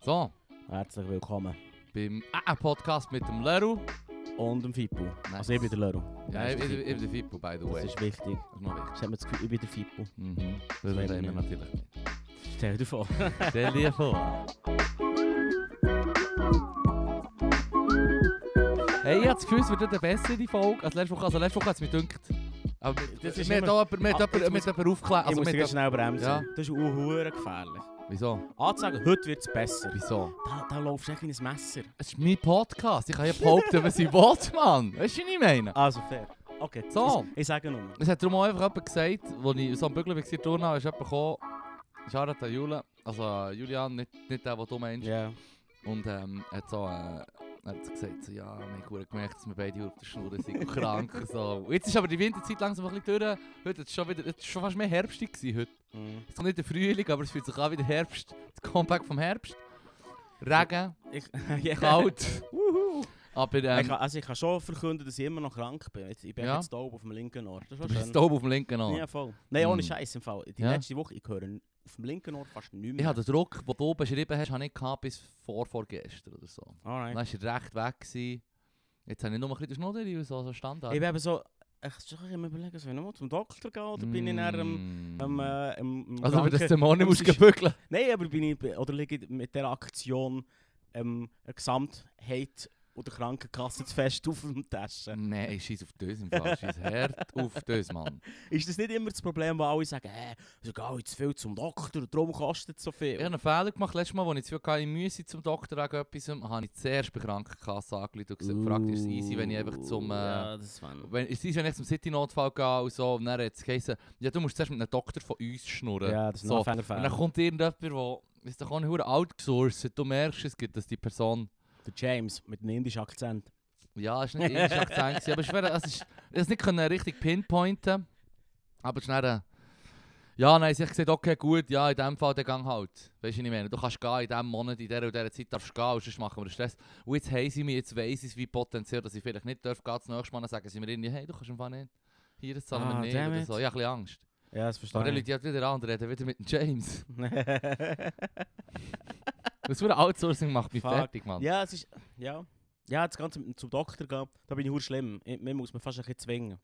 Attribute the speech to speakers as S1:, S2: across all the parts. S1: So,
S2: Herzlich willkommen.
S1: beim AA-Podcast mit dem Leru.
S2: Und dem Fippo. Also ich bin der Leru.
S1: Ja, ich, ich, ich bin der Fippo, oh, by the
S2: Das
S1: way.
S2: ist wichtig.
S1: Das ist noch wichtig.
S2: Jetzt hat man das Gefühl, ich bin der Fippo.
S1: Mhm. Das
S2: lernen
S1: nehmen wir
S2: wir.
S1: natürlich nicht.
S2: Stell dir vor.
S1: Stell dir vor. Hey, ich habe das Gefühl, es wird nicht eine bessere Folge als letzte Woche. Also letzte Woche hat es mich gedacht. Aber
S2: Das
S1: das
S2: ist
S1: ist mir
S2: immer-
S1: hat
S2: Ah, jetzt muss-
S1: jemand aufgeklärt.
S2: ich
S1: Also
S2: muss
S1: mir
S2: dich
S1: hat
S2: ganz schnell bremsen.
S1: Ja.
S2: Das ist unhure gefährlich.
S1: Wieso?
S2: Anzusagen, heute wird es besser.
S1: Wieso?
S2: Da, da läufst du echt in ein Messer.
S1: Es ist mein Podcast. Ich kann ja behaupten, was ich will, Mann. Weißt du, was ich meine?
S2: Also fair. Okay.
S1: So.
S2: Ich, ich sage nur.
S1: Es hat darum auch einfach jemand gesagt, als ich so am Bügeln war, tun habe, ist jemand gekommen, Jared an Julian, also äh, Julian, nicht, nicht der, den du meinst.
S2: Ja.
S1: Und ähm, hat so, äh, er hat so gesagt, so, ja, wir haben gut gemerkt, dass wir beide auf der Schnur sind und krank. und So. Jetzt ist aber die Winterzeit langsam ein bisschen durch. Heute ist schon wieder, es ist schon fast mehr Herbst gewesen heute.
S2: Mhm.
S1: Es kommt nicht der Frühling, aber es fühlt sich an wie der Herbst. Das Comeback vom Herbst. Regen,
S2: Ich, ja.
S1: kalt. aber
S2: ich,
S1: ähm,
S2: kann, also ich kann schon verkünden, dass ich immer noch krank bin. Jetzt- Ich bin
S1: Ja.
S2: jetzt da oben auf dem linken Ohr. Das ist
S1: du
S2: schon
S1: bist
S2: schön.
S1: jetzt oben auf dem linken Ohr.
S2: Ja, voll. Nein, ohne
S1: Mm.
S2: Scheiß im Fall. Die
S1: Ja.
S2: letzte Woche, ich höre auf dem linken Ohr fast nichts
S1: Ich
S2: mehr.
S1: habe den Druck, den du beschrieben hast, habe ich gehabt bis vor vorgestern oder so.
S2: Alright.
S1: Dann war ich recht weg. Gewesen. Jetzt habe ich nur ein bisschen den Schnurri und so, so Standard.
S2: Ich bin eben so, ich muss schon immer überlegen, soll ich nochmal zum Doktor gehen oder bin ich dann am,
S1: Mm.
S2: am, äh, im, im
S1: Also, wenn das
S2: Kranken-
S1: Dämon nicht
S2: am
S1: musst
S2: Syst-
S1: gebügeln.
S2: Nein, aber bin ich, oder liege ich mit der Aktion ähm, eine Gesamtheit oder Krankenkasse zu fest auf dem Taschen.
S1: Nein, scheiß auf das im Fall. Scheiß hart auf das, Mann.
S2: Ist das nicht dus immer das Problem, wo alle dus sagen, hä, es geht jetzt viel zum Doktor und darum kostet es so viel?
S1: Ich habe einen Fehler gemacht letztes Mal, als ich zu viel hatte, ich Müsse zum Doktor wegen etwas, habe ich zuerst bei der Krankenkasse angerufen und gesagt, gefragt, ist es easy, wenn ich einfach zum... Äh,
S2: Ja, das war...
S1: wenn, ist es easy, wenn ich zum City-Notfall gehe und so. Und dann hat es geheißen, ja, du musst zuerst mit einem Doktor von uns schnurren.
S2: Ja, das ist
S1: so.
S2: noch ein
S1: Und dann
S2: Fehler.
S1: kommt irgendjemand, der ist doch auch nicht verdammt outgesourced. Du merkst es, gibt, dass die Person...
S2: Der James mit einem indischen Akzent.
S1: Ja, es war nicht indisch Akzent, gewesen, aber es wäre, also es ist, ich es nicht können richtig pinpointen, aber es ist dann, äh, ja, nein, ich gesagt, okay, gut, ja, in dem Fall der Gang halt. Weißt du, was ich meine, du kannst gehen in diesem Monat, in dieser und dieser Zeit darfst du gehen, und sonst machen wir den Stress. Und jetzt haben sie mich, jetzt weiss ich es, wie potenziell, dass ich vielleicht nicht darf, geht das nächste Mal, dann sagen sie mir irgendwie, hey, du kannst einfach nicht, hier, das zahlen
S2: Ah,
S1: wir nicht,
S2: damn
S1: oder
S2: it.
S1: so. Ich habe ein bisschen Angst.
S2: Ja, das
S1: Aber
S2: verstehe
S1: dann
S2: ich.
S1: Leute halt wieder an und reden wieder mit dem James.
S2: ja,
S1: Das wurde Outsourcing macht mich
S2: Fuck.
S1: fertig, Mann.
S2: es ist. Ja. Ja, das Ganze mit dem- zum Doktor gehen, da bin ich hure schlimm. Ich, mir muss man fast ein bisschen zwingen.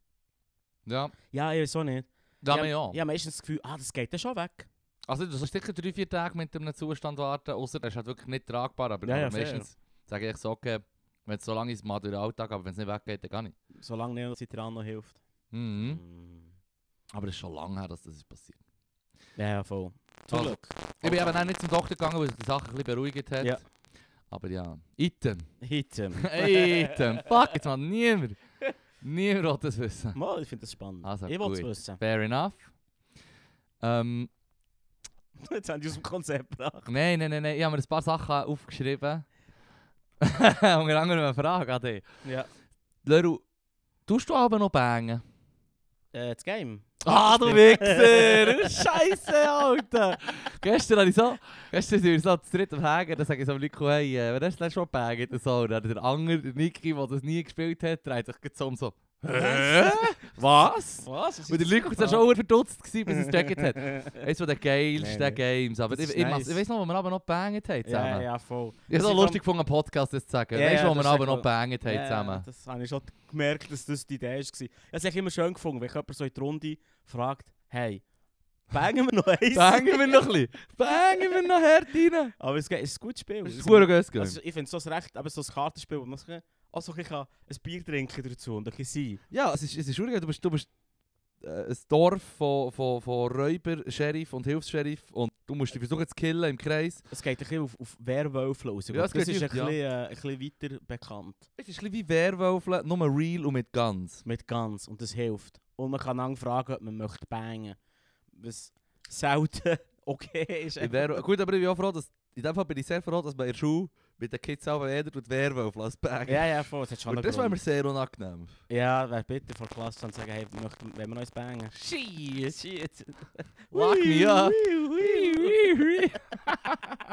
S1: Ja,
S2: Ja, ich weiß auch nicht.
S1: da
S2: ich,
S1: ja.
S2: hab- ich habe meistens das Gefühl, ah, das geht dann schon weg.
S1: Also du sollst sicher drei, vier Tage mit einem Zustand warten, außer er ist halt wirklich nicht tragbar, aber
S2: Ja, ja,
S1: aber
S2: fair.
S1: meistens sage ich so, okay, wenn es so lange ist, mal durch den Alltag, aber wenn es nicht weggeht, dann gar nicht.
S2: Solange nicht noch Citran noch hilft.
S1: Mhm.
S2: Mm.
S1: Aber es ist schon lange her, dass das ist passiert.
S2: Ja, ja, voll. Zum
S1: Also,
S2: Glück.
S1: Ich bin eben auch nicht zum Doktor gegangen, weil sich die Sache ein bisschen beruhigt hat.
S2: Ja.
S1: Aber ja, Item.
S2: Item.
S1: Item. Fuck, jetzt mal niemand. Niemand will das wissen.
S2: Mal, ich finde das spannend.
S1: Also,
S2: ich will es
S1: gut.
S2: wissen.
S1: Fair enough. Ähm,
S2: Jetzt haben die aus dem Konzept gebracht.
S1: Nein, nein, nein, nein. Ich habe mir ein paar Sachen aufgeschrieben. Unter anderem eine Frage an dich.
S2: Ja.
S1: Leru, tust du aber noch bangen?
S2: Äh, das Game.
S1: Ah, du
S2: stimmt.
S1: Wichser! Scheiße, Alter! gestern habe ich so, gestern sind wir so zu dritt am Hagen, dann sage ich so am Nico, hey, äh, wer hast du denn schon gebangt? Und So, und dann der andere, der Niki, der das nie gespielt hat, dreht sich gerade so um so, hä? Was?
S2: Was? Was
S1: Und der Nico war schon auch verdutzt, gewesen, bis er es gecheckt hat. Eins von den geilsten
S2: Nein, nein.
S1: Games, aber
S2: Das
S1: ich,
S2: ist
S1: ich, mach's-
S2: nice.
S1: ich weiß noch, wo wir aber noch gebangt haben zusammen.
S2: Ja, ja, voll.
S1: Ich habe
S2: Das
S1: so
S2: ist
S1: lustig gefunden, einen Podcast das zu sagen.
S2: Ja,
S1: weißt
S2: ja,
S1: du, wo wir
S2: das ist
S1: aber
S2: echt
S1: noch
S2: cool.
S1: gebangt haben
S2: Ja,
S1: zusammen?
S2: Das habe ich schon gemerkt, dass das die Idee war. Ich habe es eigentlich immer schön gefunden, wenn jemand so in die Runde fragt, hey, bangen wir noch eins?
S1: Bangen wir noch ein bisschen! Bangen wir noch hart rein!
S2: Aber es geht- es ist ein gutes Spiel.
S1: Das ist
S2: Es-
S1: ein guter Ausgang.
S2: also ich finde es so ein recht, aber so ein Kartenspiel, wo man so ein- auch so ein, bisschen ein Bier trinken dazu und ein bisschen sein.
S1: Ja, es ist, es ist schwierig. Du bist, du bist äh, ein Dorf von, von, von Räuber, Sheriff und Hilfssheriff und du musst dich versuchen zu killen im Kreis.
S2: Es geht ein bisschen auf, auf Werwolf los. Ich
S1: Ja,
S2: glaube,
S1: es
S2: das
S1: geht
S2: ist ein,
S1: auf- ja.
S2: bisschen, äh, ein bisschen weiter bekannt
S1: Es ist ein bisschen wie Werwölfe, nur real und mit Guns.
S2: mit Gans und das hilft. Und man kann lange fragen, ob man möchte bangen. Was selten okay ist.
S1: Bei Werwölfe- Gut, aber ich bin auch froh, dass... In dem Fall bin ich sehr froh, dass man in der Schule mit den Kids auch eher tut Werwölfe als Bangen.
S2: Ja, ja, voll. Das hat schon
S1: Und
S2: einen
S1: das war
S2: Grund.
S1: mir sehr unangenehm.
S2: Ja, wer bitte vor der Klasse dann sagen, hey, möchten, wenn wir uns bangen? Shit, shit.
S1: Lock me up.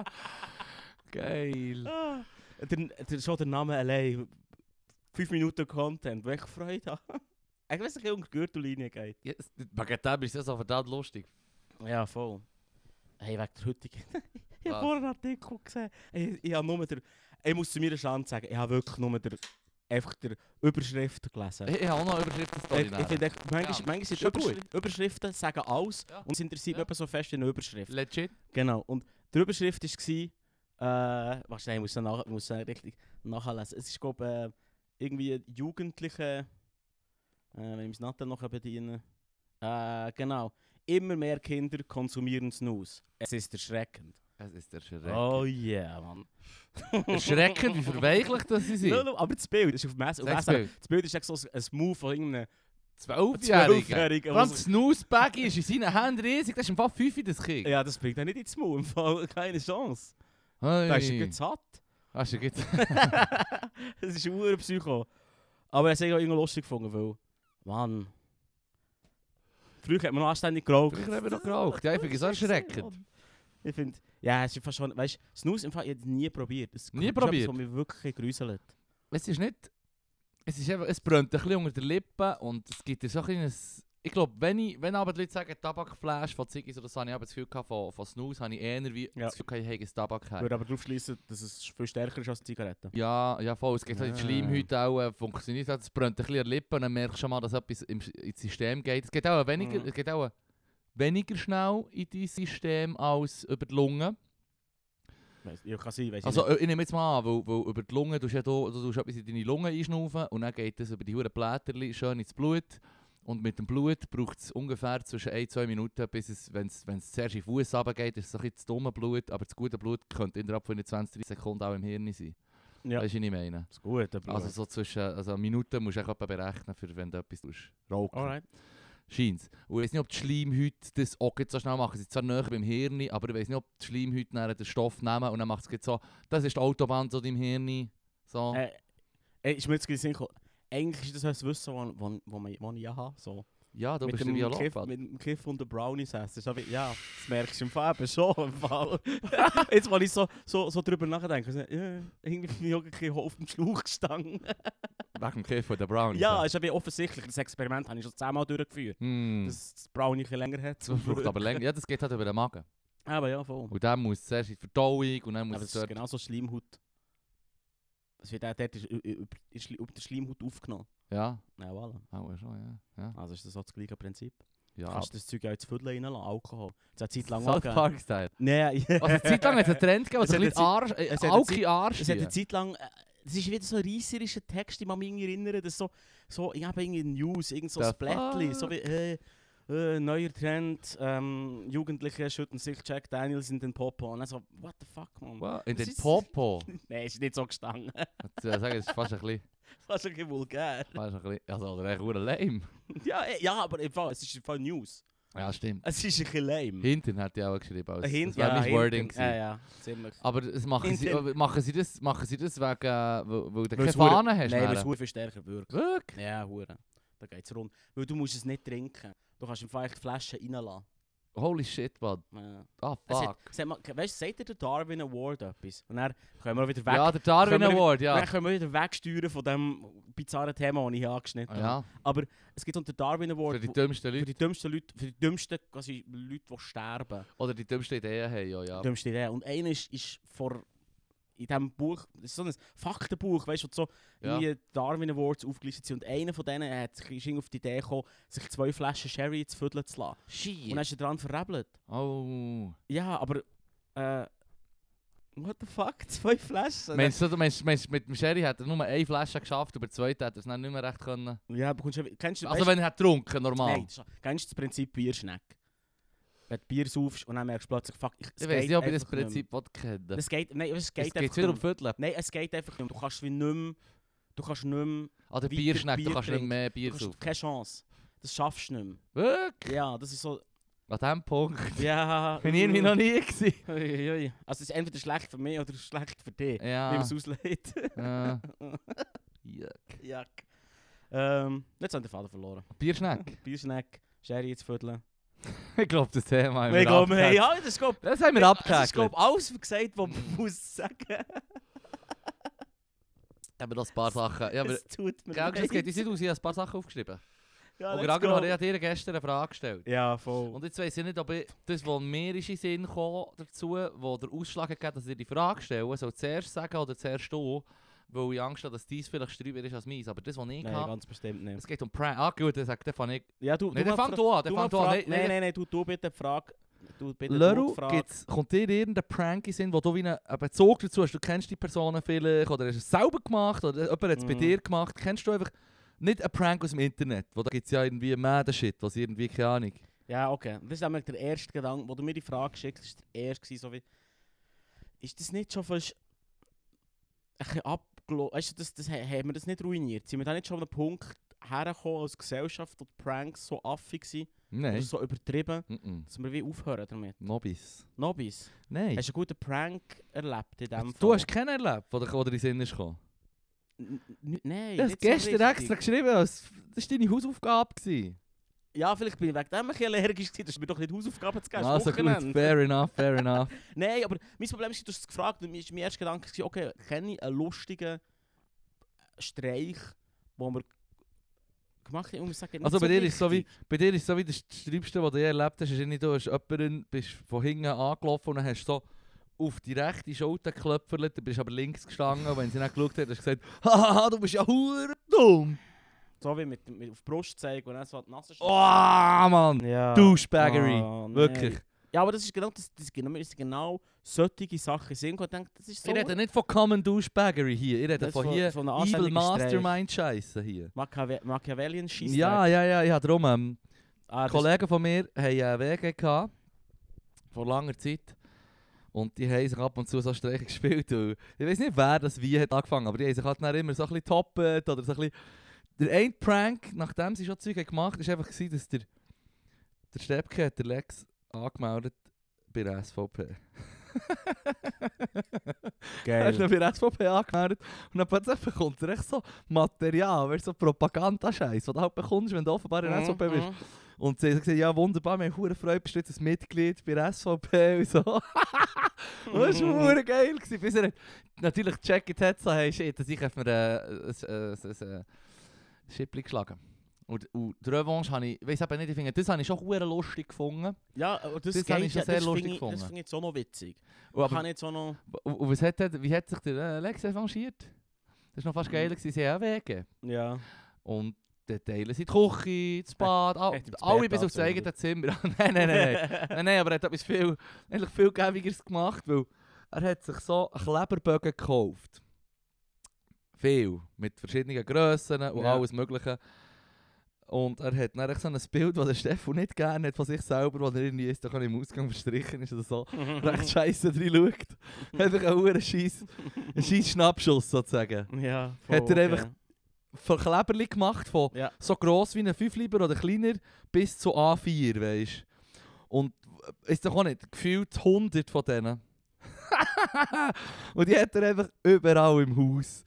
S1: Geil.
S2: Ah. der, der, schon der Name allein. 5 Minuten Content, welche Freude habe. Ich weiß nicht, um die Gürtellinie geht.
S1: Yes. Bagatelle ist das so verdammt lustig.
S2: Ja, voll. Hey, wegen der heutigen, Ich habe vorher einen Artikel gesehen. Ich, ich, habe nur der, ich muss zu mir Schande sagen, ich habe wirklich nur der, einfach der Überschrift gelesen.
S1: Ich, ich habe auch noch Überschriften-Story
S2: ich, ich
S1: nachher.
S2: finde, echt, manchmal,
S1: Ja,
S2: manchmal sind
S1: schon gut.
S2: Überschriften, Überschriften sagen alles
S1: Ja.
S2: und es interessiert
S1: Ja.
S2: mich etwa so fest in der Überschrift.
S1: Legit.
S2: Genau. Und die Überschrift war, äh, was, nein, ich muss es nach, muss es richtig nachlesen. Es ist, glaube ich, äh, irgendwie ein Jugendliche, äh, wenn ich mich noch bedienen kann. Äh, genau. Immer mehr Kinder konsumieren Snus. Es ist erschreckend.
S1: Es ist erschreckend.
S2: Oh yeah, Mann.
S1: Erschreckend, wie verweichlich das sie
S2: No,
S1: sind.
S2: no, aber das Bild ist auf dem Messer. Auf
S1: Sechs
S2: Messer.
S1: Bild.
S2: Das Bild ist echt so ein Move von irgendeinem
S1: Zwölfjährige.
S2: Zwölfjährigen.
S1: Vor allem
S2: der
S1: das
S2: so-
S1: Snooze-Baggy ist in seinen Händen riesig. Das ist im Fall 5 in das Kind.
S2: Ja, das bringt er nicht ins Mund. im Fall. Keine Chance.
S1: Hey.
S2: Da ist er gut satt.
S1: Hast du gut.
S2: das ist ein Psycho. Aber er hat irgendwie lustig gefunden, weil. Mann. Früher hat man noch anständig geraucht.
S1: Früher haben wir noch geraucht. Ja, ich finde es auch erschreckend.
S2: Ich finde. Ja, es ist fast schon. Weißt du, Snus im Fall, ich habe es nie probiert. Es
S1: Nie
S2: ist
S1: probiert?
S2: Etwas, was mich wirklich gruselt.
S1: Es ist nicht... Es ist einfach... Es brennt ein bisschen unter den Lippen und es gibt dir so ein kleines... Ich glaube, wenn, ich, wenn aber die Leute sagen Tabakflash von Ziggis oder so, habe ich aber das Gefühl gehabt, von, von Snooze, habe ich eher wie
S2: Ja.
S1: das Gefühl gehabt, ich habe ein Tabak
S2: Ich würde aber darauf schließen, dass es viel stärker ist als Zigaretten.
S1: Ja, ja voll. Es geht halt in die
S2: Ah.
S1: Schleimhäute auch, äh, funktioniert halt. Es brennt ein bisschen an den Lippen, dann merkst du schon mal, dass etwas im, Sch- ins System geht. Es geht auch weniger,
S2: Mhm.
S1: es geht auch weniger schnell in dein System als über die Lunge.
S2: Weiss- Ja, kann sein, weiss ich
S1: Also äh, ich nehme jetzt mal an, weil, weil über die Lunge, tust du, ja da, du tust etwas in deine Lunge einschnaufen und dann geht das über die hohen Blätterli schön ins Blut. Und mit dem Blut braucht es ungefähr zwischen 1 2 Minuten, bis es, wenn es wenn es zuerst in den Fuß runtergeht, ist es ein bisschen das dumme Blut, aber das gute Blut könnte innerhalb von 20, 30 Sekunden auch im Hirn sein.
S2: nicht. Ja,
S1: Weißt du, was ich meine?
S2: ist gut. Aber
S1: Also so zwischen also Minuten musst du auch etwa berechnen, für wenn du etwas tust. Rauchen.
S2: Alright.
S1: Scheint's. Und ich weiß nicht, ob die Schleimhäute das auch gerade so schnell machen. Sie sind zwar näher beim Hirn, aber ich weiß nicht, ob die Schleimhäute nachher den Stoff nehmen und dann macht es gerade so, das ist die Autobahn so deinem Hirn. So.
S2: Äh, äh, ist mir jetzt gerade in den Sinn gekommen. Eigentlich ist das ein Wissen, das wo, wo, man- wo ich ja habe. So.
S1: ja, du
S2: mit
S1: bist der
S2: dem
S1: Biologe.
S2: Kiff, mit dem Kiff und den Brownies essen. So wie- ja, das merkst du im Fall eben schon. Im Fall. Jetzt, weil ich so, so, so drüber nachdenke, so, ja, irgendwie bin ich auch ein bisschen auf dem Schlauch gestanden.
S1: Wegen dem Kiff von der Brownies.
S2: ja, ist aber offensichtlich. Das Experiment habe ich schon zehnmal durchgeführt.
S1: Hm. Das,
S2: Dass das Dus Brownie ein bisschen länger hat.
S1: braucht aber länger. Ja, das geht halt über den Magen.
S2: Aber ja, voll.
S1: Und dann muss es zuerst in die Verdauung und dann muss
S2: Aber
S1: es
S2: es ist genau.
S1: dort...
S2: genauso Schleimhaut. Es wird auch dort ist- ü- ü- über ist Schli- über die Schleimhaut aufgenommen.
S1: Ja,
S2: Ja, voilà.
S1: auch schon, ja. ja.
S2: Also ist das auch das gleiche Prinzip.
S1: ja.
S2: Kannst du das Zeug auch ins Viertel reinlassen, Alkohol. Das hat Zeit lang
S1: South
S2: angegeben.
S1: Park-Style.
S2: Nein,
S1: Also eine Zeit lang hat es einen Trend gegeben,
S2: Es
S1: also ein
S2: hat
S1: bisschen Arsch... äh,
S2: es hat eine
S1: Alki-Arsch.
S2: Es hat eine Zeit lang. äh, Das ist wieder so ein reißerischer Text, ich kann mich irgendwie erinnern, dass so, so ich habe irgendwie News, irgend so
S1: The
S2: ein Blättli,
S1: fuck?
S2: so wie, äh, äh, neuer Trend, ähm, Jugendliche schütten sich Jack Daniels in den Popo. Und dann so, what the fuck, man?
S1: Wow, in
S2: Das
S1: den
S2: ist-
S1: Popo.
S2: Nein, ist nicht so gestanden.
S1: Ich würde sagen, es ist fast ein bisschen,
S2: Fast ein bisschen vulgär.
S1: fast ein bisschen also oder echt verdammt lame.
S2: Ja, äh, ja, aber im Fall, es ist im Fall News.
S1: Ja, stimmt.
S2: Es ist ein bisschen lame.
S1: Hinten hat die auch geschrieben. Also,
S2: Äh,
S1: das
S2: hinten-
S1: wäre mein
S2: hinten.
S1: Wording Ah, gewesen.
S2: Ja, ja, ziemlich.
S1: Aber es machen, sie,
S2: Hinten.
S1: äh, machen, sie das, machen sie das wegen, äh, weil, weil du
S2: Weil
S1: keine
S2: es hure-
S1: Fahne hast?
S2: Nein, weil es
S1: nachher?
S2: viel stärker wirkt.
S1: Wirklich?
S2: Ja, Hure. Da geht's rund. Weil du musst es nicht trinken. Du kannst im Fall echt Flaschen reinlassen.
S1: Holy shit, man.
S2: Ja.
S1: Ah,
S2: Es hat,
S1: fuck.
S2: es hat mal, weißt du, sagt dir der Darwin Award etwas? Und dann können wir wieder weg.
S1: Ja, der Darwin
S2: Können wir-
S1: Award,
S2: Dann
S1: ja.
S2: können wir wieder wegsteuern von dem bizarren Thema, das ich hier angeschnitten habe.
S1: Ah, Ja,
S2: Es gibt so den Darwin Award
S1: für die
S2: wo-
S1: dümmsten
S2: für
S1: Leute.
S2: die dümmsten Leute, für die dümmsten quasi Leute, die sterben.
S1: Oder oh, die dümmsten Ideen haben, ja. ja.
S2: Dümmste Idee. Und einer ist, ist vor in diesem Buch, das ist so ein Faktenbuch, weißt du, wo so
S1: Ja.
S2: irgendwie Darwin Awards aufgelistet sind. Und einer von denen hat, sich- ist irgendwie auf die Idee gekommen, sich zwei Flaschen Sherry zu Viertel zu lassen. Und dann
S1: Shit.
S2: ist er dran verrebelt.
S1: Oh.
S2: Ja, aber. Äh, what the fuck? Zwei Flaschen?
S1: Meinst du, du meinst, meinst, mit dem Sherry hat er nur eine Flasche geschafft, über zwei hätte er es dann nicht mehr recht können.
S2: ja, bekommst du. Kennst du
S1: Also wenn er hat getrunken, normal.
S2: Nein, das ist- kennst du das Prinzip Bierschneck? Wenn du Bier saufst und dann merkst du plötzlich, fuck, ich, es
S1: Ich weiß
S2: geht
S1: nicht, ob ich das
S2: einfach nicht mehr.
S1: Prinzip kennen
S2: Das geht, nein, es geht
S1: Es
S2: einfach
S1: geht wieder um
S2: nicht mehr.
S1: Viertel.
S2: Nein, es geht einfach nicht mehr. Du kannst wie nicht mehr, Du kannst nicht mehr,
S1: An Ah, der
S2: weiter
S1: Bierschneck, du
S2: Bier
S1: kannst nicht
S2: trinken.
S1: mehr
S2: Du
S1: Bier saufen.
S2: kannst keine Chance. Das schaffst du nicht
S1: Wirklich?
S2: mehr. Ja, das ist so.
S1: An diesem Punkt
S2: Ja.
S1: bin ich irgendwie noch nie gewesen.
S2: Uiuiui. Also, es ist entweder schlecht für mich oder schlecht für dich. Wie man
S1: Ja.
S2: es auslegt.
S1: ja. Yuck.
S2: Jack. Ähm, jetzt haben wir den Vater verloren.
S1: Bierschneck.
S2: Bierschneck, Sherry ins Viertel.
S1: ich glaube, das Thema haben
S2: Ich glaube,
S1: abgehakt.
S2: hey, ja, das ist, glaub,
S1: Das haben wir
S2: das ist
S1: abgehakt.
S2: glaub, alles gesagt, was man muss sagen.
S1: Ich habe noch ein paar Sachen. Ja, aber,
S2: es tut mir
S1: Gell,
S2: leid.
S1: das geht uns nicht aus. Ich habe ein paar Sachen aufgeschrieben.
S2: Ja,
S1: Und
S2: let's
S1: Ragnar
S2: go.
S1: hat ja dir gestern eine Frage gestellt.
S2: Ja, voll.
S1: Und jetzt weiss ich nicht, ob ich das, was mir ist in den Sinn kam, dazu, wo der Ausschlag gegeben hat, dass ich dir die Frage stelle, soll zuerst sagen oder zuerst du, weil ich Angst habe, dass dies vielleicht streiber ist als meins. Aber das, was ich
S2: Nein,
S1: habe,
S2: ganz bestimmt nicht.
S1: es geht um Prank. Ah gut, dann sagt der von ich...
S2: Ja, du,
S1: Nein,
S2: du
S1: dann
S2: mal
S1: fang du an,
S2: fra-
S1: dann
S2: du
S1: fang
S2: mal
S1: du an.
S2: fra-
S1: Nein,
S2: Nein,
S1: nein,
S2: nein, nein, du, du bitte frag. Du bitte du
S1: Leru,
S2: frag.
S1: gibt's, kommt dir irgendein Prank in den Sinn, wo du wie einen einen Bezug dazu hast? Du kennst die Personen vielleicht oder hast du es selber gemacht oder jemand hat es bei
S2: Mhm.
S1: dir gemacht. Kennst du einfach nicht einen Prank aus dem Internet? Wo da gibt es ja irgendwie Mäden-Shit, was irgendwie, keine Ahnung.
S2: Ja, okay. Das ist nämlich der erste Gedanke, wo du mir die Frage schickst, ist der erste gewesen, so wie... Ist das nicht schon fast... Ein bisschen abgelo... Weißt du, das, das, he- haben wir das nicht ruiniert? Sind wir da nicht schon an einen Punkt hergekommen als Gesellschaft, wo die Pranks so affig sind, oder
S1: Nein.
S2: so übertrieben,
S1: Mm -mm.
S2: dass wir wie aufhören damit?
S1: Nobis.
S2: Nobis,
S1: Nein.
S2: hast du einen guten Prank erlebt in diesem
S1: Also, Du hast keinen erlebt, der dir in den Sinn ist gekommen.
S2: N- n- Nein,
S1: Ich habe
S2: nicht so
S1: gestern
S2: richtig.
S1: extra geschrieben, als- das war deine Hausaufgabe. Gewesen.
S2: Ja, vielleicht bin ich wegen dem ein bisschen allergisch gewesen, dass du mir doch nicht Hausaufgaben zu geben hast,
S1: also
S2: Wochenende.
S1: gut, fair enough, fair enough.
S2: Nein, aber mein Problem ist, du hast es gefragt und mir ist mein erster Gedanke, gewesen, okay, kenne ich einen lustigen Streich, den wir gemacht haben und wir sagen, nicht
S1: Also bei dir ist es so wie-
S2: richtig.
S1: Bei dir ist es so wie das Schreibste, was du je erlebt hast, ist irgendwie, du hast jemanden, bist von hinten angelaufen und dann hast so auf die rechte Schulter geklöpfert, dann bist aber links gestanden und wenn sie nicht geschaut hat, hast du gesagt, haha, du bist ja hure dumm.
S2: So wie mit, mit auf die Brust zeigen und dann so die Nase
S1: Oh, Mann,
S2: ja.
S1: Douchebaggery.
S2: Oh, nein.
S1: Wirklich.
S2: Ja, aber das ist genau, das, das, genau, das sind genau solche Sachen. Ich denke, das ist so...
S1: Ich rede nicht von Common Douchebaggery hier, ich rede
S2: das
S1: von
S2: ist
S1: hier
S2: so ein
S1: Evil
S2: anständiger
S1: Mastermind-Scheiße hier.
S2: Streich. Machiave machiavellian scheiss
S1: Ja, ja, ja, ich habe drum. Ähm,
S2: ah, das-
S1: Kollegen von mir haben einen WG gehabt, vor langer Zeit. Und die haben sich ab und zu so Streiche gespielt. Und ich weiß nicht, wer das wie hat angefangen, aber die haben sich halt dann immer so ein bisschen toppet oder so ein bisschen... Der eine Prank, nachdem sie schon Zeug haben gemacht haben, war einfach, gewesen, dass der, der Stebke hat der Lex angemeldet bei der SVP. Er ist
S2: Geil.
S1: dann bei der SVP angemeldet und dann plötzlich bekommt er echt so Material, weißt, du, so Propagandascheiß, was du halt bekommst, wenn du offenbar in der SVP bist.
S2: Mhm, mhm.
S1: Und sie hat gesagt, ja wunderbar, wir haben hure Freude, bist du jetzt ein Mitglied bei der SVP und so. Und das war hure geil, gewesen, bis er hat- natürlich gecheckt hat, so hey shit, dus dass ich auf mir äh, ein- ein- ein- ein Schippli geschlagen. Und, und die Revanche habe ich, weiss eben nicht, ich finde, das habe ich schon hure lustig gefunden.
S2: Ja, oh, dus aber das,
S1: Das
S2: geht
S1: habe ich schon
S2: ja,
S1: sehr
S2: das
S1: lustig
S2: finde ich-
S1: gefunden.
S2: Das finde ich jetzt auch noch witzig.
S1: Und,
S2: Kann
S1: aber,
S2: ich jetzt auch noch...
S1: und, und was hat, er- wie hat sich der äh, Lex revanchiert? Das war noch fast geiler, gewesen, sie haben auch wegen.
S2: Ja.
S1: Und dann teilen sie die Küche, das Bad, all,
S2: hat ihm das
S1: alle
S2: Bett
S1: bis aufs
S2: angezogen.
S1: eigene Zimmer. nein, nein, nein. Nein, nein, aber er hat etwas viel, eigentlich viel gäbigeres gemacht, weil er hat sich so Kleberbögen gekauft. Viel. Mit verschiedenen Grössen und
S2: Ja.
S1: alles mögliche. Und er hat dann echt so ein Bild, das der Stefan nicht gerne hat von sich selber, das er irgendwie ist, da kann im Ausgang verstrichen ist oder so, recht scheiße reinschaut. einfach einen hohen Scheiss, einen Scheiss Schnappschuss sozusagen.
S2: ja,
S1: Hat er einfach- Von Kleberli gemacht, von
S2: Ja.
S1: so gross wie ein 5-Lieber oder kleiner bis zu A4, weißt Und ist doch auch nicht, gefühlt 100 von denen. und die hat er einfach überall im Haus.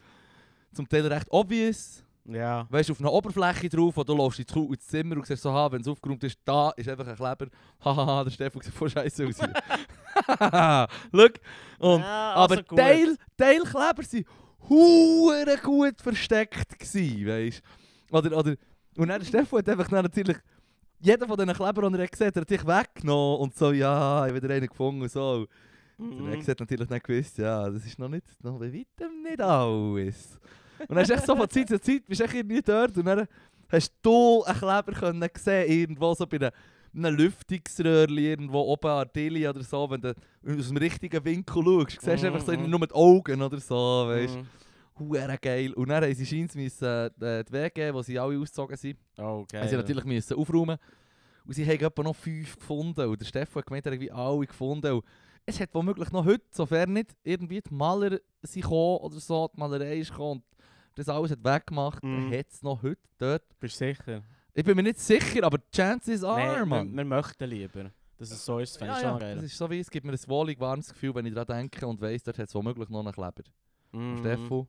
S1: Zum Teil recht obvious.
S2: Ja.
S1: Weißt du, auf einer Oberfläche drauf, wo du läufst ins Ku- ins Zimmer und siehst so, ha, wenn es aufgeräumt ist, da ist einfach ein Kleber. Hahaha, der Stefan sieht voll scheiße aus. hier. Look. Und,
S2: ja, also
S1: aber
S2: Ah, gut.
S1: Teil, Teilkleber waren hure gut versteckt, gewesen, weißt du? Oder, oder, und dann Stefan hat einfach dann natürlich jeder von diesen Klebern, den er gesehen hat, hat dich weggenommen und so, ja, ich habe wieder einen gefunden und so. Und Der
S2: Mhm.
S1: Rex hat natürlich nicht gewusst, ja, das ist noch nicht, noch bei weitem nicht alles. Und dann hast du echt so von Zeit zu Zeit, bist du echt irgendwie dort und dann hast du einen Kleber können sehen, irgendwo so bei einer- einem Lüftungsröhrchen, irgendwo oben an der Tilly oder so, wenn du aus dem richtigen Winkel schaust, siehst du einfach so
S2: Mhm, mhm.
S1: nur mit Augen oder so, weißt
S2: Mhm.
S1: du. Huere geil. Und dann haben sie scheinbar müssen, äh, die WG, wo sie alle ausgezogen sind,
S2: Oh, geil.
S1: haben sie natürlich müssen aufräumen. Und sie haben etwa noch fünf gefunden. Und der Stefan hat gemeint, er hat irgendwie alle gefunden. Und es hat womöglich noch heute, sofern nicht irgendwie die Maler sind gekommen oder so, die Malerei ist gekommen und das alles hat weggemacht,
S2: Mhm.
S1: hat es noch heute dort.
S2: Bist du sicher?
S1: Ich bin mir nicht sicher, aber chances are,
S2: Nein,
S1: man.
S2: wir, wir möchten lieber, dass es so ist. Fände
S1: ja,
S2: ich schon
S1: ja. Das
S2: geil.
S1: ist so wie, es gibt mir ein wohlig warmes Gefühl, wenn ich daran denke und weiss, dort hat es womöglich noch einen Kleber.
S2: Mhm.
S1: Stefan,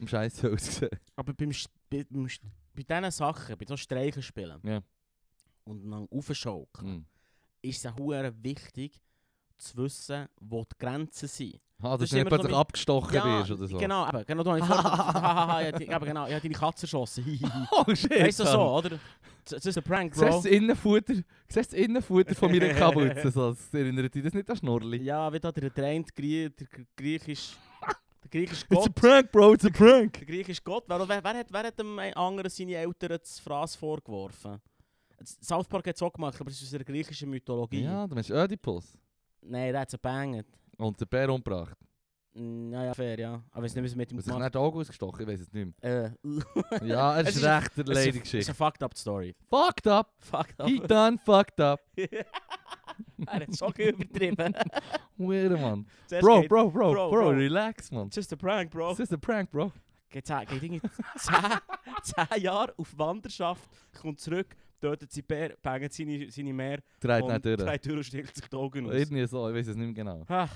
S1: im Scheiß ausgesehen.
S2: Aber beim, Sch- bei, beim, Sch- bei diesen Sachen, bei so Streichen spielen
S1: Ja.
S2: und dann aufschaukeln,
S1: Mhm.
S2: ist es ja hure wichtig zu wissen, wo die Grenzen sind.
S1: Ah,
S2: Das
S1: dass
S2: ist
S1: du nicht
S2: immer so
S1: plötzlich
S2: mit-
S1: abgestochen
S2: Ja,
S1: wirst oder so.
S2: Genau, eben, genau, da habe ich vorher- Hahaha, ich habe eben, genau, ich habe deine Katze erschossen. Hihihi.
S1: Oh shit!
S2: weißt du
S1: Mann.
S2: so, oder? Das ist ein Prank,
S1: Siehst du
S2: Bro.
S1: das Innenfutter, siehst du das Innenfutter von meiner Kapuze? So, das erinnert dich das nicht an Schnurrli?
S2: Ja, wie da der getraint Grie der griechische, der griechische
S1: It's a
S2: Gott.
S1: prank, bro, it's a prank!
S2: Der griechische Gott. Wer, wer, wer, hat, wer hat dem ein- anderen seine Eltern das Fraß vorgeworfen? Das South Park hat es auch gemacht, aber es ist aus der griechischen Mythologie.
S1: Ja, du meinst Oedipus.
S2: Nein, der hat es gebangt.
S1: Und den Bär umgebracht.
S2: Naja, fair, ja. Aber ich weiß nicht, was mit ihm
S1: Was sich
S2: gemacht
S1: nicht die Augen ausgestochen, ich weiß es nicht
S2: Äh,
S1: mehr. Ja, es
S2: Es
S1: ist recht
S2: ist-
S1: eine
S2: es ist-
S1: Lady-Geschichte.
S2: ist eine fucked up Story.
S1: Fucked up!
S2: Fucked up.
S1: He done fucked up!
S2: er hat es schon übertrieben.
S1: Weird, man.
S2: Zuerst
S1: Bro,
S2: geht-
S1: bro, bro, bro,
S2: Bro, bro.
S1: relax, man.
S2: Just a prank, bro.
S1: This is a prank, bro.
S2: Geht zehn, geht irgendwie zehn, zehn Jahre auf Wanderschaft, kommt zurück, tötet sie Bär, bangt seine, seine Meer
S1: Dreht
S2: und
S1: nicht durch.
S2: drei Türen und stellt sich die Augen aus.
S1: Irgendwie so, ich weiß es nicht mehr genau.
S2: Ach,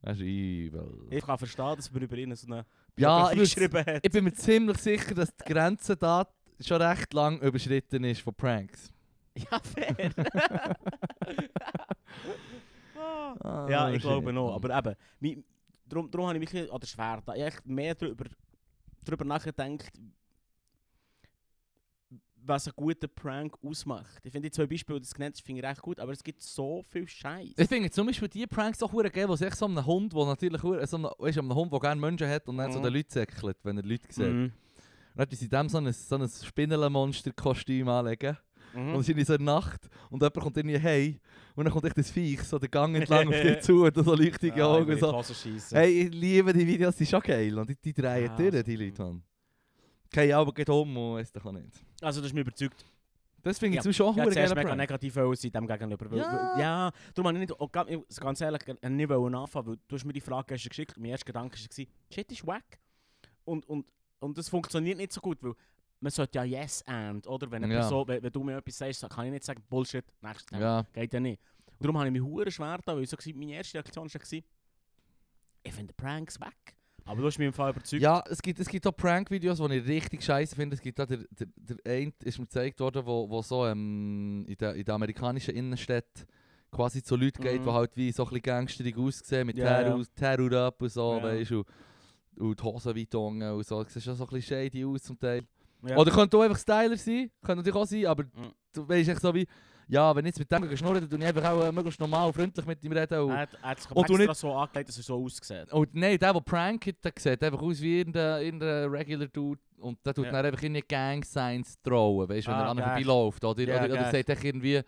S1: Das ist übel.
S2: ich kann verstehen, dass man über ihn so eine
S1: Ja,
S2: Biografie
S1: ich, würd's-
S2: geschrieben hat.
S1: ich bin mir ziemlich sicher, dass die Grenze da schon recht lang überschritten ist von Pranks.
S2: Ja, fair. Ah.
S1: Oh,
S2: ja, ich glaube noch. Aber eben, mi- darum, darum habe ich mich ein bisschen an der Schwert. Ich habe echt mehr darüber, darüber nachgedacht, was einen guten Prank ausmacht. Ich finde die zwei Beispiele, die du genannt hast, finde ich recht gut, aber es gibt so viel Scheiß.
S1: Ich finde zum Beispiel die Pranks auch hure geil, wo es echt so einem Hund, wo natürlich hure- so einem, weißt, du, einem Hund, der gerne Menschen hat und dann so
S2: Mhm.
S1: den Leuten säckelt, wenn er Leute sieht. Dann hat sie dem so ein, so ein Spinnenmonster-Kostüm anlegen.
S2: Mhm.
S1: Und es ist in so einer Nacht und jemand kommt irgendwie hey und dann kommt echt das Viech so den Gang entlang auf dich zu und so leuchtige Augen. So. Hey, ich liebe die Videos, die sind schon geil. Und die, die drehen
S2: Ah,
S1: durch, die
S2: super.
S1: Leute, Mann. Keine Augen geht um und weiss doch auch nicht.
S2: Also, das ist mir überzeugt.
S1: Das finde ich
S2: Ja.
S1: zum Beispiel auch
S2: Ich
S1: hure
S2: hätte zuerst
S1: geiler
S2: mega
S1: Prank.
S2: negativ wollen sein dem gegenüber. weil-
S1: Ja.
S2: weil- ja, darum habe ich nicht, oh, ganz- ich- ganz ehrlich, ich habe nicht wollen anfangen, weil du hast mir die Frage gestern geschickt Mein erster Gedanke war, shit ist wack. Und, und, und das funktioniert nicht so gut, weil man sollte ja yes and, oder? Wenn, eine
S1: Ja.
S2: Person, wenn, wenn du mir etwas sagst, kann ich nicht sagen, Bullshit, nächstes Thema.
S1: Ja,
S2: Geht ja nicht. Und darum habe ich mich hure schwer getan, weil ich so gesagt, meine erste Reaktion war, ich finde Pranks weg. Aber du hast mich im Fall überzeugt.
S1: ja es, gibt, es gibt auch Prank-Videos, die ich richtig scheiße finde. Es gibt da der, der, der eine ist mir gezeigt worden, wo, wo so ähm, in der in der amerikanischen Innenstadt quasi zu Leuten geht,
S2: Mhm.
S1: die halt wie so ein bisschen gangsterig aussehen, mit
S2: Ja,
S1: Terror
S2: ja.
S1: Terror up und so,
S2: Ja.
S1: weißt du. Und, und die Hosen weit unten und so. Du siehst schon so ein bisschen shady aus zum Teil.
S2: Ja.
S1: Oder könnte auch einfach Styler sein, könnte natürlich auch sein, aber
S2: Mhm.
S1: du weißt echt so wie, ja, wenn ich jetzt mit dem schnurren, dann tue ich einfach auch äh, möglichst normal und freundlich mit ihm reden. Und,
S2: Er hat, er hat sich
S1: Und du
S2: extra
S1: nicht-
S2: so angelegt, dass er so aussieht.
S1: und nein, der, der prankt, der sieht einfach aus wie irgendein, irgendein regular Dude und der tut
S2: Ja.
S1: dann einfach irgendwie Gang-Signs trauen, weißt du, wenn
S2: Ah,
S1: er an ihm
S2: geil.
S1: vorbeiläuft. Oder,
S2: Ja,
S1: oder, oder
S2: geil.
S1: sagt echt irgendwie,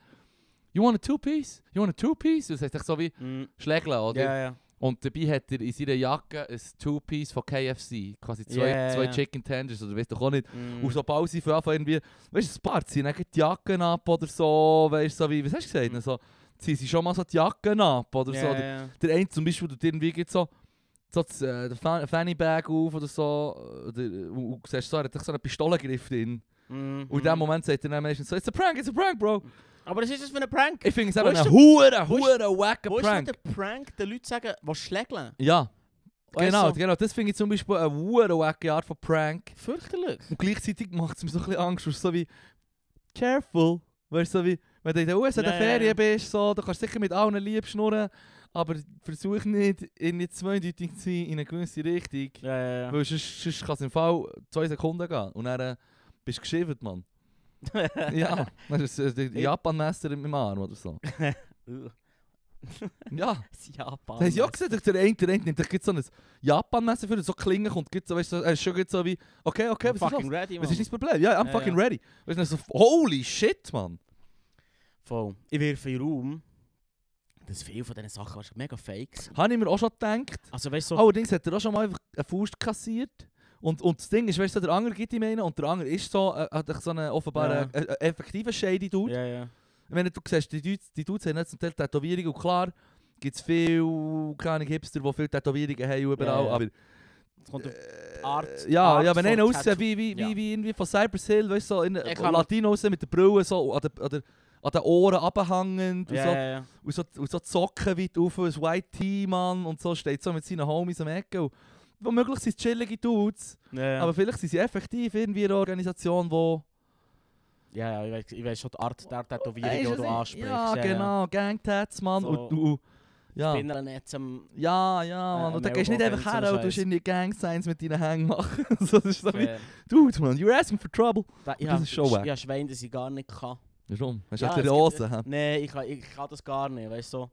S1: you want a two-piece? You want a two-piece? Dus Das heißt echt so wie,
S2: Mhm.
S1: schlägeln, oder?
S2: Ja, ja.
S1: Und dabei hat er in seiner Jacke ein Two-Piece von KFC, quasi zwei,
S2: Ja, ja,
S1: zwei
S2: ja.
S1: Chicken Tenders dus oder weißt du auch nicht.
S2: Mhm.
S1: Und sobald sie von Anfang irgendwie, weißt du, spart sie dann gleich die Jacken ab oder so, weißt du, so wie, was hast du gesagt?
S2: Mhm.
S1: So, ziehen sie schon mal so die Jacken ab oder so.
S2: Ja,
S1: Der,
S2: ja.
S1: der eine zum Beispiel tut irgendwie gleich so, so das, äh, den Fan- Fanny Bag auf oder so, oder, äh, und, und siehst so, er hat echt so einen Pistolengriff drin.
S2: Mhm.
S1: Und in dem Moment sagt er dann meistens so, it's a prank, it's a prank, bro.
S2: Aber das ist es für ein Prank.
S1: Ich finde es
S2: Wo
S1: eben
S2: ist
S1: ein
S2: der-
S1: hure,
S2: wo ist-
S1: hure wacker
S2: Wo ist
S1: Prank.
S2: der Prank, den Leuten sagen, was schlägeln?
S1: Ja, genau,
S2: Also,
S1: genau. Das finde ich zum Beispiel eine hure wacke Art von Prank.
S2: fürchterlich.
S1: Und gleichzeitig macht es mir so ein bisschen Angst, weil es so wie careful, weißt du, so wie wenn du in den USA in der
S2: Ja, ja,
S1: Ferien
S2: ja.
S1: bist, so, du kannst sicher mit allen lieb schnurren, aber versuch nicht, in nicht zweideutig zu sein, in eine gewisse Richtung,
S2: Ja, ja,
S1: weil sonst, sonst kann es im Fall zwei Sekunden gehen und dann äh, bist du geschivert, Mann. ja, dann ist äh, es ein
S2: Ich-
S1: Japan-Messer im Arm oder so.
S2: ja.
S1: Ja,
S2: Das Japan.
S1: das haben sie auch gesehen, der eine, der eine nimmt dich gleich so ein Japan-Messer für so klingen und gibt so, weißt du, er ist schon gleich so wie, okay, okay,
S2: I'm
S1: was ist los?
S2: fucking ready,
S1: Das
S2: man.
S1: ist nicht das Problem. Ja, I'm
S2: Ja,
S1: fucking
S2: ja.
S1: ready. Weißt du, dann so, holy shit, Mann.
S2: Voll. Ich wirf in den Raum, dass viele von diesen Sachen wahrscheinlich mega fake sind.
S1: Habe ich mir auch schon gedacht.
S2: Also weißt du, so,
S1: Allerdings hat er auch schon mal einfach einen Faust kassiert. Und, und das Ding ist, weißt du, der andere gibt ihm einen und der andere ist so, äh, hat echt so einen offenbar
S2: Ja.
S1: äh, äh, effektiven Shady Dude.
S2: Ja, ja.
S1: Ich meine, du siehst, die Dudes, die Dudes haben jetzt zum Teil Tätowierungen und klar gibt es viele, keine Ahnung, Hipster, die viele Tätowierungen haben und überall,
S2: Ja, ja.
S1: aber...
S2: Es kommt auf
S1: äh,
S2: die Art-
S1: ja, nou,
S2: Art
S1: ja, wenn
S2: von
S1: einer aussieht
S2: Tattoo-
S1: wie, wie, wie,
S2: Ja.
S1: wie irgendwie von Cypress Hill, weißt du, so in,
S2: Ich kann-
S1: Latino aussehen mit der Brille so an den, an den, an den Ohren abhängend und
S2: ja,
S1: so.
S2: ja, ja.
S1: Und so, und so die Socken weit auf, ein White Tee, Mann, und so steht so mit seinen Homies am Ecke. Und Womöglich sind es chillige Dudes,
S2: Ja, ja.
S1: aber vielleicht sind sie effektiv irgendwie eine Organisation, wo...
S2: ja, ja, ich weiß, ich weiß schon die Art der Tätowierung,
S1: Weisst
S2: die
S1: du,
S2: du
S1: sie-
S2: ansprichst.
S1: Ja, genau, Gangtats, Mann.
S2: So.
S1: Und, und, Ja.
S2: Spinnernetz am...
S1: Ja, ja,
S2: Äh,
S1: Mann. Und dann
S2: Mailbox
S1: gehst du nicht einfach
S2: oder so
S1: her und
S2: Scheiss.
S1: tust irgendwie Gang-Signs mit deinen Hängen machen. so, das ist so wie,
S2: Äh,
S1: Dude, man, you're asking for trouble.
S2: da, ich
S1: das
S2: hab-
S1: ist schon
S2: Sch-
S1: wack.
S2: Ich habe Schwein, dus das ich gar nicht kann.
S1: Warum? Hast du
S2: Ja,
S1: ja, die
S2: es gibt-
S1: Hose? hä?
S2: Nein, ich, kann- ich kann das gar nicht, weißt du. So.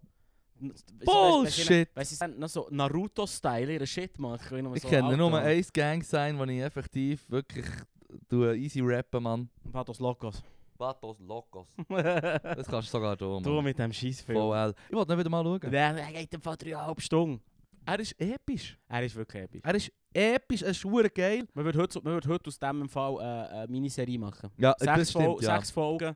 S1: Bullshit.
S2: Weißt du, noch so Naruto-Style, ihre Shit, man. Ich,
S1: Ich kenne
S2: eh.
S1: nur ein Gang-Sign, wo ich effektiv wirklich tue easy rappen, Mann.
S2: Vatos Locos.
S1: Vatos Locos.
S2: du
S1: Das kannst du sogar tun, Mann.
S2: mit dem Scheißfilm.
S1: VL. Ich wollte nicht wieder mal schauen.
S2: Der, der geht im Fall dreieinhalb Stunden.
S1: Er ist episch.
S2: Er ist wirklich episch.
S1: Er ist episch, er ist schwurig geil.
S2: Man würde heute, so- man würde heute aus dem Fall äh, eine Miniserie machen.
S1: Ja,
S2: Sechs,
S1: das stimmt,
S2: Fol
S1: ja.
S2: sechs Folgen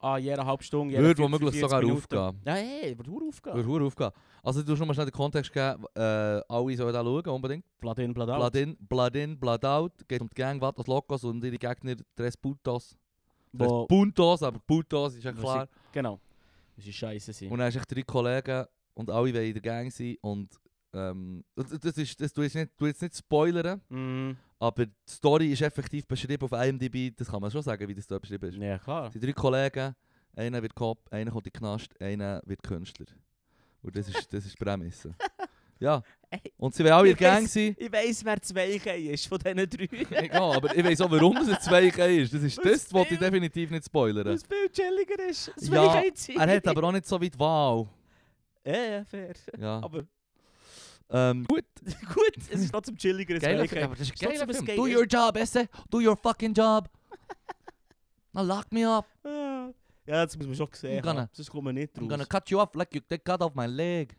S2: an jeder halben Stunde. jeder
S1: Würde
S2: vier-
S1: womöglich
S2: 45
S1: sogar
S2: Minuten.
S1: aufgehen.
S2: Ja, hey, würde hure aufgehen.
S1: Würde verdammt aufgehen. Also du musst nur mal schnell den Kontext geben, äh, alle sollen da schauen, unbedingt.
S2: Blood in, Blood out.
S1: Blood in, Blood in, Blood out. Geht um die Gang, Vatos Locos und ihre Gegner Tres Putos. Tres
S2: Wo-
S1: Puntos, aber Putos ist ja
S2: Wo
S1: klar.
S2: Genau. Das ist scheiße. sein.
S1: Und dann hast du echt drei Kollegen und alle wollen in der Gang sein. Und ähm, das das ist, das, du jetzt nicht, du jetzt nicht spoilern,
S2: Mhm.
S1: aber die Story ist effektiv beschrieben auf IMDb. Das kann man schon sagen, wie das dort beschrieben ist.
S2: Ja, klar.
S1: Die drei Kollegen, einer wird Cop, einer kommt in den Knast, einer wird Künstler. Und das ist, das ist die Prämisse. Ja.
S2: Ey.
S1: Und sie wollen alle in
S2: Ich
S1: der Gang
S2: weiss-
S1: sein.
S2: Ich weiss, wer zwei ist von diesen drei.
S1: Egal, aber ich weiß auch, warum das ein Zweigei ist. Das ist
S2: Weil's
S1: das, was ich
S2: viel-
S1: definitiv nicht spoilern.
S2: Was viel chilliger ist.
S1: Ja, Er hat aber auch nicht so weit Wahl.
S2: Ja, ja, fair.
S1: Ja.
S2: Aber
S1: Ähm, gut.
S2: gut, es ist trotzdem chilliger als
S1: Geiler
S2: Zweigeil.
S1: Film. Das ist ein
S2: Ist trotzdem
S1: geiler
S2: ein
S1: Film.
S2: Gay-
S1: Do your job, Esse. Do your fucking job. Now lock me up.
S2: Ah. Ja, das muss man schon
S1: I'm
S2: sehen
S1: gonna-
S2: haben. Sonst kommt man nicht
S1: I'm gonna
S2: raus.
S1: cut you off like you they cut off my leg.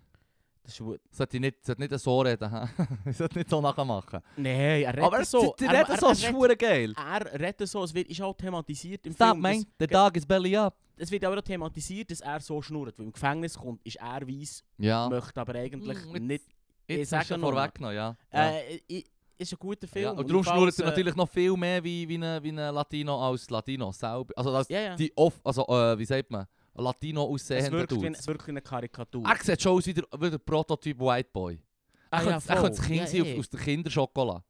S2: Das ist gut.
S1: Sollte ich nicht, sollte nicht so reden. hä? ich sollte nicht so nachmachen.
S2: Nein, er redet
S1: Aber
S2: so.
S1: Die reden so, ist
S2: er,
S1: schwuren geil.
S2: er redet so, es wird, ist auch thematisiert im
S1: Stop,
S2: Film. dus
S1: man. The
S2: dass-
S1: dog is belly up.
S2: Es wird aber auch thematisiert, dass er so schnurrt. Weil im Gefängnis kommt, ist er weiss,
S1: Ja.
S2: möchte aber eigentlich
S1: Mm, jetzt-
S2: nicht
S1: Jetzt
S2: sag
S1: hast du
S2: nur-
S1: vorweggenommen, nou, ja. ja.
S2: Äh, i- ist ein guter Film.
S1: Ja, und
S2: Und
S1: darum
S2: falls,
S1: schnurrt er
S2: äh,
S1: natürlich noch viel mehr wie, wie, ein, wie ein Latino als Latino selber. Also als
S2: Ja, ja.
S1: die off, also äh, wie sagt man, Latino
S2: es,
S1: aussehende
S2: wirkt wie, ein-
S1: Dudes.
S2: es wirkt wie eine Karikatur.
S1: Er sieht schon aus wie der, wie der Prototyp White Boy. Er
S2: Ah, ja,
S1: könnte, er könnte das
S2: voll.
S1: Kind
S2: Ja,
S1: sein
S2: eh.
S1: auf, aus der Kinderschokolade.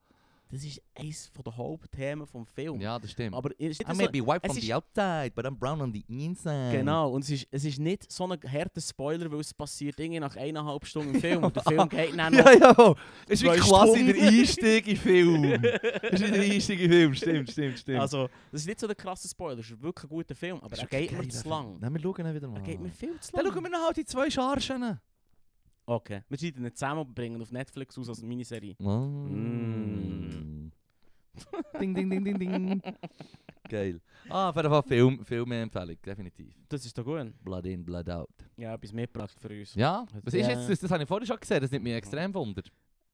S2: Das ist eines der Hauptthemen des Films.
S1: Ja, das stimmt.
S2: Aber es ist
S1: I
S2: nicht
S1: may
S2: so,
S1: be white
S2: es
S1: from
S2: ist-
S1: the outside, but I'm brown on the inside.
S2: genau, und es ist, es ist nicht so ein harter Spoiler, weil es passiert irgendwie nach eineinhalb Stunden im Film. Und der Film geht dann noch.
S1: Ja, ja, ist wie
S2: Zwei
S1: quasi der
S2: Stunden.
S1: Einstieg in den Film. ist wie der Einstieg in den Film, stimmt, stimmt, stimmt.
S2: Also, das ist nicht so der krasse Spoiler, es ist wirklich ein guter Film, aber
S1: Das
S2: er
S1: ist
S2: geht
S1: ein
S2: mir
S1: geiler
S2: zu
S1: Film.
S2: lang.
S1: Nein, wir schauen ihn wieder mal
S2: Er geht mir
S1: an.
S2: viel zu
S1: Dann
S2: lang.
S1: schauen wir noch halt die zwei Chargen an.
S2: okay, wir schneiden ihn zusammen und bringen ihn auf Netflix aus als Miniserie.
S1: Mm.
S2: Mm.
S1: ding, ding, ding, ding, ding. Geil. Ah, auf jeden Fall Film, Filmempfehlung, definitiv.
S2: Das ist doch gut.
S1: Blood in, Blood out.
S2: Ja, etwas mitgebracht für uns.
S1: Ja, was ist
S2: Ja.
S1: jetzt das? Das habe ich vorhin schon gesehen, das nimmt mich extrem wunder.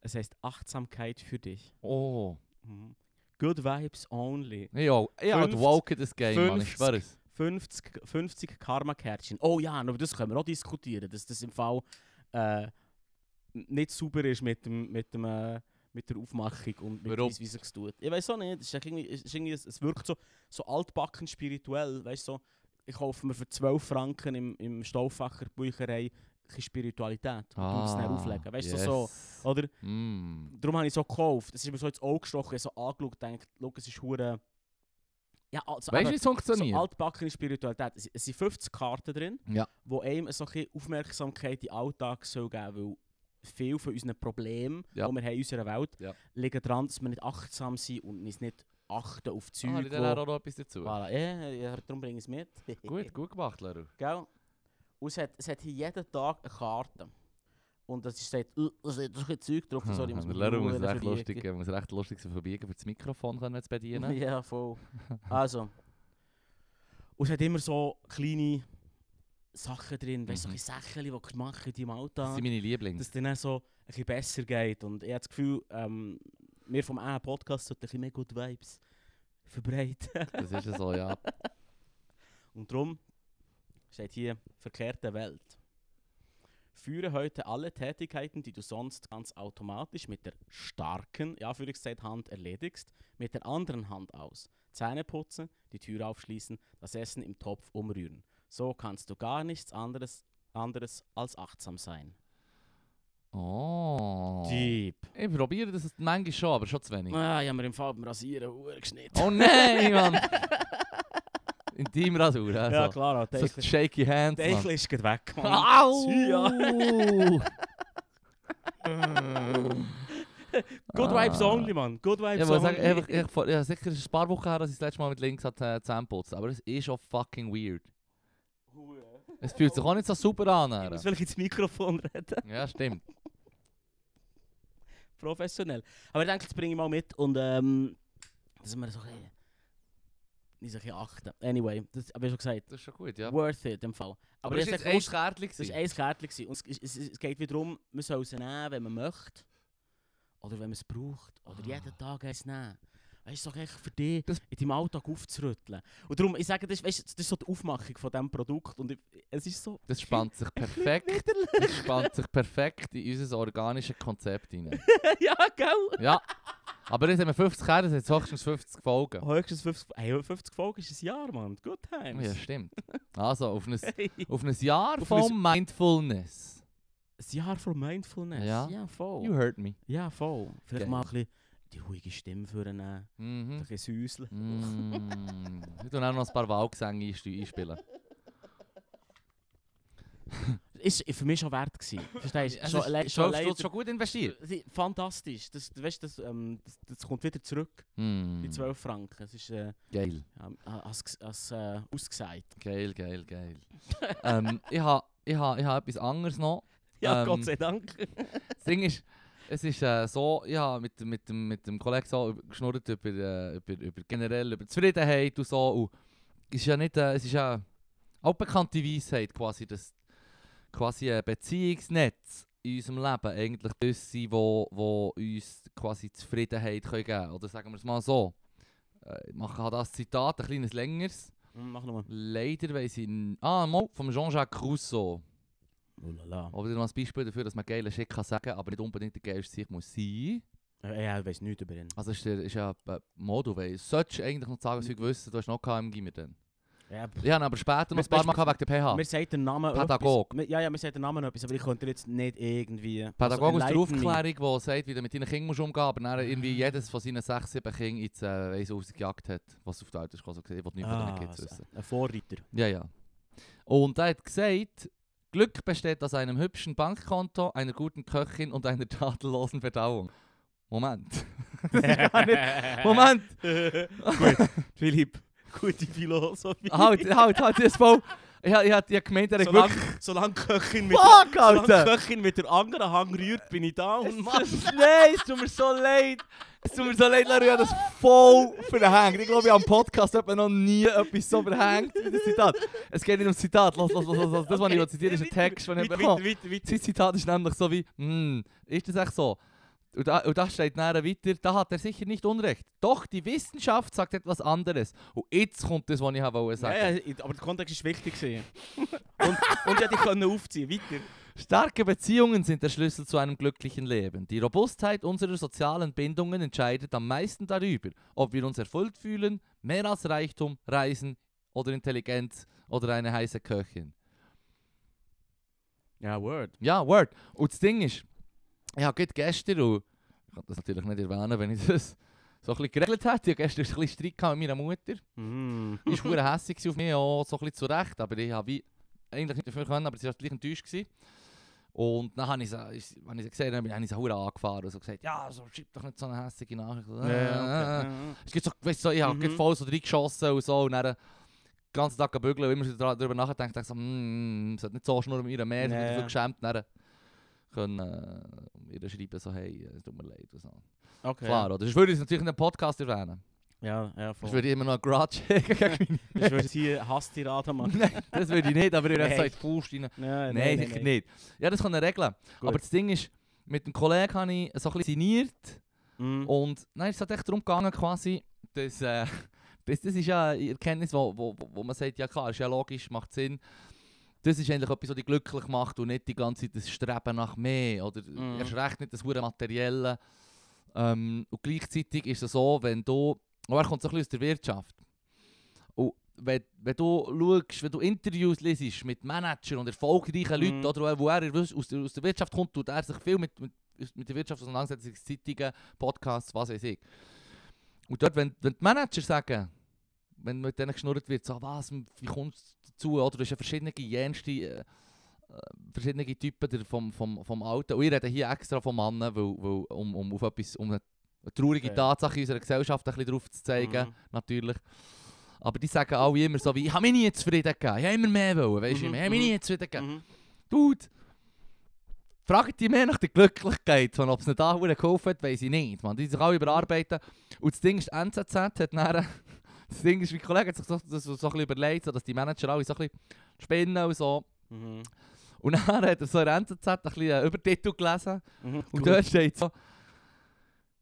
S2: Es heißt Achtsamkeit für dich.
S1: Oh.
S2: Mhm. Good Vibes Only.
S1: Ja, ich habe
S2: Fünfzig-
S1: woken das Game, Mann, ich
S2: 50
S1: schwöre es.
S2: 50, 50 Karma-Kärtchen. Oh ja, aber das können wir auch diskutieren, dass das im Fall äh, nicht sauber ist mit, dem, mit, dem, äh, mit der Aufmachung und mit
S1: Warum?
S2: weiss, wie es sich tut. Ich weiß auch nicht, es, ist irgendwie, es, ist irgendwie, es wirkt so, so altbacken spirituell. Weißt, so, ich kaufe mir für 12 Franken im, im Stauffacher Bücherei ein bisschen Spiritualität und ah, es dann auflegen. Weißt, du, so,
S1: yes.
S2: so, oder?
S1: Mm.
S2: Darum habe ich so gekauft. Es ist mir so ins Auge gestochen, ich habe so angeschaut und gedacht, schau, es ist hure. Ja, also,
S1: Weißt du, wie
S2: eben,
S1: es funktioniert?
S2: so altbackene Spiritualität. Es, es sind 50 Karten drin,
S1: Ja.
S2: wo einem so ein bisschen Aufmerksamkeit in den Alltag soll geben soll, weil viel von unseren Problemen,
S1: Ja.
S2: die wir haben in unserer Welt
S1: Ja.
S2: liegen daran, dass wir nicht achtsam sind und uns nicht achten auf die
S1: ah,
S2: Zeug,
S1: die dann
S2: wo-
S1: auch noch etwas dazu.
S2: voilà. ja, ja, darum bringe ich es mit.
S1: Gut, gut gemacht, Leru.
S2: Gell? Und es hat, es hat hier jeden Tag eine Karte. Und das steht, äh, das ist so ein Zeug drauf, sorry, ich muss mich
S1: Leru muss
S2: verdammt
S1: recht
S2: verbiegen.
S1: lustig, muss recht lustig sein verbiegen, für das Mikrofon können wir jetzt bedienen.
S2: Ja, voll. Also. Und es hat immer so kleine Sachen drin, weißt du,
S1: Mhm.
S2: solche Sachen, die du machen in deinem
S1: Das
S2: Alltag,
S1: sind meine Lieblings.
S2: dass es dir dann so ein bisschen besser geht. Und ich habe das Gefühl, ähm, wir vom einen Podcast sollten ein bisschen mehr Good Vibes verbreiten.
S1: Das ist ja so, ja.
S2: Und darum steht hier, verkehrte Welt. Führe heute alle Tätigkeiten, die du sonst ganz automatisch mit der starken ja, Anführungszeichen, Hand erledigst, mit der anderen Hand aus. Zähne putzen, die Tür aufschließen, das Essen im Topf umrühren. So kannst du gar nichts anderes, anderes als achtsam sein.
S1: Oh.
S2: Deep.
S1: Ich probiere das manchmal schon, aber schon zu wenig.
S2: Ah, ich habe mir im Fall beim Rasieren Uhr geschnitten.
S1: Oh nein, Mann! Intimrasur. Also.
S2: Ja, klar, Alter.
S1: So
S2: Eichel-
S1: shaky hand.
S2: Der Eichel ist gerade weg, Mann.
S1: Au!
S2: Ja. Good vibes
S1: Ah.
S2: only, Mann. Good vibes
S1: Ich muss
S2: only.
S1: sagen, einfach, ich, vor- ja, sicher ist es ein paar Wochen her, dass ich das letzte Mal mit links hat, äh, Zähne putzt. Aber es ist schon fucking weird. Es fühlt sich auch nicht so super an.
S2: Ich
S1: Alter.
S2: muss vielleicht ins Mikrofon reden.
S1: Ja, stimmt.
S2: Professionell. Aber ich denke, das bringe ich mal mit und ähm, dass wir so ein bisschen, nicht so ein bisschen achten. Anyway, das habe ich schon gesagt.
S1: Das ist schon gut, ja.
S2: Worth it, im Fall. Aber,
S1: Aber es
S2: ich
S1: war jetzt
S2: sag,
S1: ein
S2: aus-
S1: Kärtchen.
S2: Das war
S1: gewesen.
S2: ein Kärtchen. gewesen. Und es, es, es- es geht wieder darum, man soll es nehmen, wenn man möchte. Oder wenn man es braucht. Oder
S1: Ah.
S2: jeden Tag eins nehmen. Weißt du, doch eigentlich für dich
S1: Das-
S2: in deinem Alltag aufzurütteln. Und darum, ich sage, das, ist- weisst du, das ist so die Aufmachung von diesem Produkt. Und ich, es ist so.
S1: Das spannt sich perfekt. Das spannt sich perfekt in unser organisches Konzept hinein.
S2: ja, gell?
S1: Ja. Aber jetzt haben wir 50 Kerne, das hat höchstens 50 Folgen.
S2: Höchstens 50, hey, 50 Folgen ist ein Jahr, Mann. Good
S1: Ja,
S2: times.
S1: stimmt. Also, auf ein,
S2: Hey.
S1: auf ein Jahr
S2: Auf
S1: von Mindfulness.
S2: Ein Jahr von Mindfulness.
S1: Ja.
S2: voll.
S1: You heard me.
S2: Ja, voll. Vielleicht
S1: Geil.
S2: mal ein bisschen die ruhige Stimme vornehmen. Ein
S1: Mhm.
S2: bisschen säuseln.
S1: Mm. Ich tue auch noch ein paar Wahlgesänge einste- einspielen.
S2: Ist für mich schon wert gewesen. Verstehst du?
S1: Also, Es
S2: Schon
S1: ist-
S2: allein- schon
S1: 12
S2: allein-
S1: Stutz schon gut investiert.
S2: Sie- Fantastisch. Das, du weißt, das, ähm, das, das kommt wieder zurück,
S1: Mm.
S2: die 12 Franken. Es ist äh,
S1: Geil,
S2: ähm, als, als, äh, ausgesagt.
S1: geil, geil, geil. ähm, ich habe ich ha, ich ha etwas anderes noch.
S2: Ja,
S1: Ähm,
S2: Gott sei Dank.
S1: Das Ding ist, es ist äh, so, ich habe mit, dem- mit, dem- mit dem Kollegen so über- geschnurrt über, äh, über, über generell über Zufriedenheit und so. Und es ist ja nicht, äh, es ist ja auch bekannte Weisheit quasi, dass quasi ein Beziehungsnetz in unserem Leben eigentlich das sind, wo, wo uns quasi Zufriedenheit können geben Oder sagen wir es mal so. Äh, Ich mache halt das Zitat, ein kleines längeres.
S2: Hm, Mach nochmal.
S1: Leider weiss ich... n- Ah, mal, von Jean-Jacques Rousseau.
S2: Oh la la.
S1: Auch wieder mal ein Beispiel dafür, dass man geilen Shit kann sagen kann, aber nicht unbedingt der geilste Sieg muss sein.
S2: Äh, ja, ich weiß nichts über ihn.
S1: Also ist, der, ist ja äh, Modo, weil solltest du eigentlich noch sagen, was wir gewusst du hast noch keinen Gimmer dann.
S2: Ja, pff.
S1: Ich habe aber später noch ein
S2: Weißt-
S1: paar Mal
S2: weißt-
S1: gehabt wegen der
S2: Mir
S1: PH.
S2: sagt der Name
S1: Ah. Pädagog.
S2: etwas. Mir- Ja, ja, mir sagt der Name etwas, aber ich könnte jetzt nicht irgendwie...
S1: Pädagog aus der
S2: enlighten me.
S1: Aufklärung, die sagt, wie du mit deinen Kindern musst umgehen musst, aber dann irgendwie jedes von seinen sechs, sieben Kindern ins äh, Weiss rausgejagt hat, was auf der Welt ist. Also, Ich will nichts von
S2: Ah,
S1: diesen Kids
S2: so,
S1: wissen.
S2: ein Vorreiter.
S1: Ja, ja. Und er hat gesagt, Glück besteht aus einem hübschen Bankkonto, einer guten Köchin und einer tadellosen Verdauung. Moment. Das ist gar nicht-
S2: Äh.
S1: Moment!
S2: Gut, Philipp. Gute Philosophie.
S1: Halt, halt, halt, das voll. Ich, hab- ich, hab- ich hab gemeint, er hat
S2: Solange,
S1: wirklich...
S2: solange die Köchin mit...
S1: Fuck,
S2: Solange
S1: Alter!
S2: die Köchin mit der anderen Hang rührt, bin ich da und
S1: Mann, Nein, es tut mir so leid. Es tut mir so leid, Larry, ich habe das voll verhängt. Ich glaube, ich habe am Podcast hat man noch nie etwas so verhängt wie das Zitat. Es geht nicht um das Zitat. Los, los, los, los. los. Das, was ich zitiere, ist ein Text, den ich
S2: weiter,
S1: bekomme.
S2: weiter, weiter, weiter.
S1: Sein Zitat ist nämlich so wie, hm, ist das echt so? Und da, und da steht näher weiter, da hat er sicher nicht Unrecht. Doch, die Wissenschaft sagt etwas anderes. Und jetzt kommt das, was ich wollte sagen.
S2: Ja, ja, i- aber der Kontext war wichtig. gewesen. und, und ja, die können aufziehen, weiter.
S1: Starke Beziehungen sind der Schlüssel zu einem glücklichen Leben. Die Robustheit unserer sozialen Bindungen entscheidet am meisten darüber, ob wir uns erfüllt fühlen, mehr als Reichtum, Reisen oder Intelligenz oder eine heiße Köchin.
S2: Ja, Word.
S1: Ja, Word. Und das Ding ist, ich habe gerade gestern, und ich kann das natürlich nicht erwähnen, wenn ich das so ein bisschen geregelt hätte, ich habe gestern ein bisschen Streit gehabt mit meiner Mutter.
S2: Mm.
S1: Die war verdammt hässig auf mich, auch so ein bisschen zu Recht, aber ich habe wie eigentlich nicht dafür können, aber sie war gleich enttäuscht. Gewesen. Und dann habe ich sie, ist- habe ich sie gesehen, dann habe ich sie verdammt angefahren und so gesagt, ja, so, schreib doch nicht so eine hässige Nachricht.
S2: Ja, okay.
S1: Es gibt so, weißt du, so, ich habe
S2: Mhm.
S1: mhm. voll so reingeschossen und so und dann den ganzen Tag gebügelt und immer so dra- darüber nachdenkt, dachte ich so, mm, es hat nicht so schnurren mit ihrer Mehr, ich bin
S2: Ja,
S1: dafür
S2: ja.
S1: geschämt, dann können äh, ihr schreiben so, hey, es tut mir leid und so.
S2: okay.
S1: Klar, oder? Das würde ich es natürlich in einem Podcast erwähnen.
S2: Ja, Dus ja, voll.
S1: Das
S2: Ich würde,
S1: würde ich immer noch einen Grudge hegen gegen
S2: ich würde hier Hasstiraden machen.
S1: meine... Nein, das würde ich nicht, aber ich würde
S2: Nein.
S1: so in die Faust rein.
S2: Nein,
S1: Nein, sicher nicht. Ja, das kann er regeln.
S2: Gut.
S1: Aber das Ding ist, mit dem Kollegen habe ich so ein bisschen signiert.
S2: Mm.
S1: Und nein, es hat echt darum gegangen, quasi, dass, äh, das, das ist ja eine Erkenntnis, wo, wo, wo- wo man sagt, ja klar, ist ja logisch, macht Sinn. Das ist eigentlich etwas, was dich glücklich macht und nicht die ganze Zeit das Streben nach mehr. Oder
S2: Mhm.
S1: erst recht nicht das hure Materielle. Ähm, und gleichzeitig ist es so, wenn du, aber er kommt so ein bisschen aus der Wirtschaft. Und wenn, wenn du schaust, wenn du Interviews liest mit Managern und erfolgreichen
S2: Mhm.
S1: Leuten, oder, wo er aus, aus der- aus der Wirtschaft kommt, tut er sich viel mit, mit, mit der Wirtschaft auseinandersetzt, sei es Zeitungen, Podcasts, was weiß ich. Und dort, wenn, wenn die Manager sagen, wenn mit denen geschnurrt wird, so was, wie kommst du dazu? Oder du hast ja verschiedene jenste, äh, äh, verschiedene Typen der vom, vom, vom Alten. Und ich rede hier extra von Männern, weil, weil, um, um auf etwas, um eine traurige
S2: Okay.
S1: Tatsache in unserer Gesellschaft ein bisschen drauf zu zeigen,
S2: Mhm.
S1: natürlich. Aber die sagen alle immer so wie, ich habe mich nie zufrieden gegeben, ich habe immer mehr wollen, weißt du,
S2: Mhm,
S1: ich habe mich
S2: mhm.
S1: nie zufrieden gegeben.
S2: Mhm.
S1: Dude, fragt die mehr nach der Glücklichkeit. Und ob es nicht da verdammt geholfen hat, weiß ich nicht. Man, die sich alle überarbeiten. Und das Ding ist, die NZZ hat nachher... Das Ding ist, mein Kollege hat sich so, so, so, so ein bisschen überlegt, so, dass die Manager alle so ein bisschen spinnen und so.
S2: Mhm.
S1: Und dann hat er so in der NZZ ein bisschen einen Übertitel gelesen.
S2: Mhm.
S1: Und dort steht so...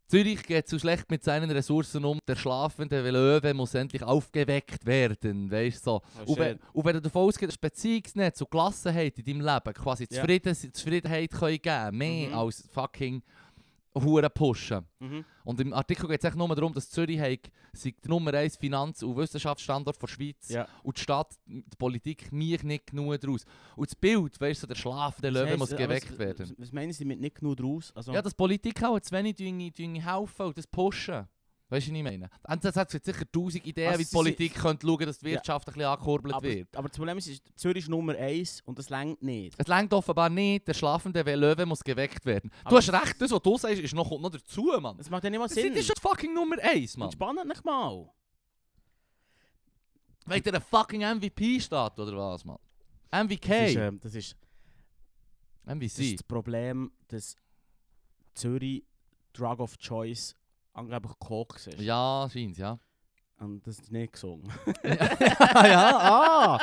S1: Zürich geht zu schlecht mit seinen Ressourcen um. Der schlafende Löwe muss endlich aufgeweckt werden. Weißt du, so.
S2: Oh,
S1: Und wenn,
S2: shit.
S1: und wenn du davon ausgehst, dass Beziehungsnetz und Gelassenheit in deinem Leben quasi
S2: Ja.
S1: Zufrieden, Zufriedenheit können geben mehr
S2: Mhm.
S1: als fucking Huren pushen.
S2: Mhm.
S1: Und im Artikel geht es echt nur darum, dass Zürich hat, sei der Nummer 1 Finanz- und Wissenschaftsstandort der Schweiz
S2: Ja.
S1: und die Stadt, die Politik mich nicht genug draus. Und das Bild, weißt du, der schlafende
S2: Das
S1: Löwe
S2: heisst, äh,
S1: muss
S2: aber
S1: geweckt
S2: was-
S1: werden.
S2: was- Was meinen Sie mit nicht genug raus? Also,
S1: Ja, dass die Politik auch zu wenig dünne- dünne helfen und das pushen. Weißt du, was ich meine? Die NZZ hat sicher tausend Ideen,
S2: Also
S1: wie die
S2: sie sind-
S1: Politik könnte schauen dass die
S2: Ja.
S1: Wirtschaft ein bisschen angekurbelt
S2: aber,
S1: wird.
S2: aber das Problem ist, ist, Zürich ist Nummer 1 und das längt nicht.
S1: Es längt offenbar nicht, der schlafende Löwe muss geweckt werden.
S2: Aber
S1: du hast
S2: das-
S1: recht, das, was du sagst, ist noch, kommt noch dazu, Mann.
S2: Das macht ja nicht mal
S1: Das
S2: Sinn.
S1: ist schon fucking Nummer 1, Mann.
S2: Und spannend nicht mal.
S1: Weil der ein fucking MVP steht, oder was, Mann?
S2: Das ist,
S1: MVK.
S2: ähm, das, ist, das
S1: MVC.
S2: ist das Problem, dass Zürich Drug of Choice angeblich Koks ist.
S1: Ja, scheint, ja.
S2: Und das ist nicht gesungen.
S1: ja, ah.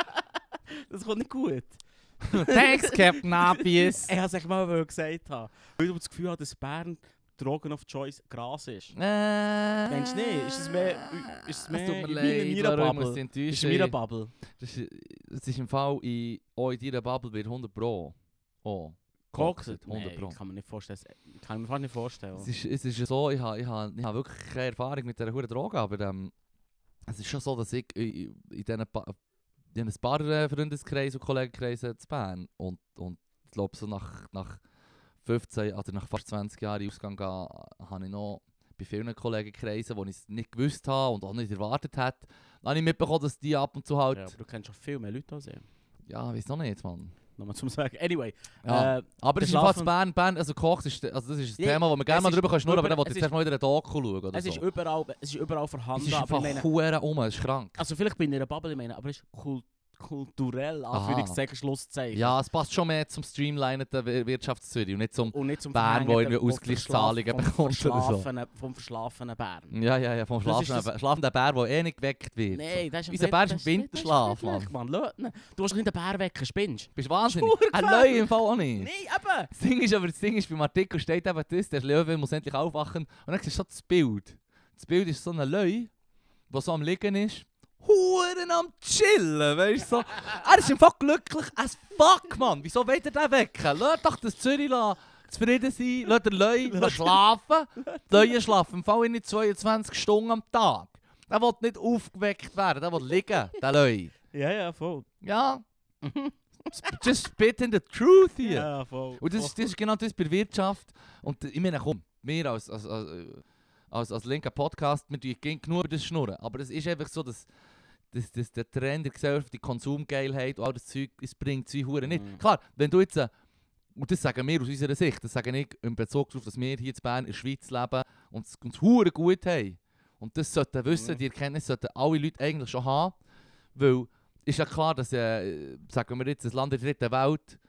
S2: Das kommt nicht gut.
S1: Thanks, Captain Obvious.
S2: Ich habe es echt mal weil ich gesagt. Habe. Weil ich das Gefühl habe, dass Bern Drogen of Choice Gras ist.
S1: Mensch,
S2: Denkst du nicht? Ist es mehr- ist es mehr
S1: Äh. tut mir
S2: in meiner
S1: leid, warum
S2: Nierenbubble?
S1: muss ich enttäuschen?
S2: ist mir eine Bubble.
S1: Das ist- das ist im Fall in, auch in deiner Bubble wird 100 Pro. Oh.
S2: Koks?
S1: gekokst, 100
S2: Nein,
S1: Pro.
S2: kann man nicht vorstellen. Das Kann ich mir fast nicht vorstellen.
S1: Es ist, es ist ja so, ich habe ich ha, ich ha wirklich keine Erfahrung mit dieser hohen Droge, aber ähm, es ist schon so, dass ich in, in diesen pa in ein paar äh, Freundeskreisen und Kollegenkreisen zu Bern und, und ich glaube so nach, nach 15 oder nach fast 20 Jahren in den Ausgang gehe, habe ich noch bei vielen Kollegenkreisen, wo ich es nicht gewusst habe und auch nicht erwartet hätte, dann habe ich mitbekommen, dass die ab und zu
S2: Ja,
S1: halt...
S2: aber du kennst schon viel mehr Leute als ich.
S1: Ja, ich weiß noch nicht, Mann.
S2: Nochmal zum Sagen. Anyway.
S1: Ja.
S2: Äh,
S1: aber
S2: der
S1: es ist im Fall
S2: Schlaf-
S1: zu Bern, Bern, also Koks ist, also das ist ein
S2: Ja,
S1: Thema, wo man gerne
S2: es
S1: mal
S2: ist
S1: drüber kann schnurren, aber
S2: über-
S1: dann wollte
S2: es
S1: ich
S2: ist-
S1: zuerst mal wieder eine Doku schauen oder
S2: es,
S1: so.
S2: ist überall, es ist überall
S1: Es
S2: vorhanden.
S1: ist
S2: aber ich
S1: einfach
S2: meine,
S1: Huren um, es ist krank.
S2: also vielleicht bin ich in einer Bubble, ich meine, aber es ist kul kulturell,
S1: Aha.
S2: Anführungszeichen, Schlusszeichen.
S1: Ja, es passt schon mehr zum streamlineten Wir- Wirtschaftszürich und nicht zum...
S2: Und nicht zum
S1: Bern, wo
S2: Verhängten,
S1: irgendwie
S2: vom
S1: Ausgleichszahlungen
S2: Verschlaf-
S1: bekommt
S2: vom
S1: oder so.
S2: verschlafenen, vom verschlafenen Bären.
S1: Ja, ja, ja, vom
S2: Das ist
S1: schlafenden, Bär- schlafenden Bär, der eh nicht geweckt wird.
S2: Nein, das ist
S1: Unser Bär ist im Winterschlaf,
S2: Mann. Mann. lass ihn. Du hast nicht den Bär wecken, spinnst
S1: Bist du wahnsinnig?
S2: Schwur,
S1: Ein
S2: Bär.
S1: Löwe im Fall auch nicht.
S2: du? Nein, eben!
S1: Das Ding ist aber, das Ding ist, beim Artikel steht eben das, der Löwe muss endlich aufwachen. Und dann siehst du so das Bild. Das Bild ist so ein Löwe, der so am Liegen ist. Huren am Chillen, weißt du? So. Er ist im Fall glücklich as fuck, Mann. Wieso will er den wecken? Lass doch das Zürich la- zufrieden sein, lass den Löwe la schlafen. Die Löwe schlafen im Fall nicht 22 Stunden am Tag. Der will nicht aufgeweckt werden, der will liegen, der Löwe.
S2: Ja, ja, voll.
S1: Ja. Just spit in the truth here.
S2: Ja, voll.
S1: Und das, ist- das ist genau das bei der Wirtschaft. Und ich meine, komm, wir als, als, als, als, als linker Podcast, wir tun gehen genug über das Schnurren. Aber es ist einfach so, dass, dass, dass der Trend der Gesellschaft, die Konsumgeilheit und all das Zeug, es bringt sie Huren nicht.
S2: Mhm.
S1: Klar, wenn du jetzt, äh, und das sagen wir aus unserer Sicht, das sagen ich in Bezug darauf, dass wir hier in Bern in der Schweiz leben und es uns Huren gut haben. Und das sollten wissen,
S2: Mhm.
S1: die Erkenntnis sollten alle Leute eigentlich schon haben. Weil ist ja klar, dass, äh, sagen wir jetzt, das Land der dritten Welt,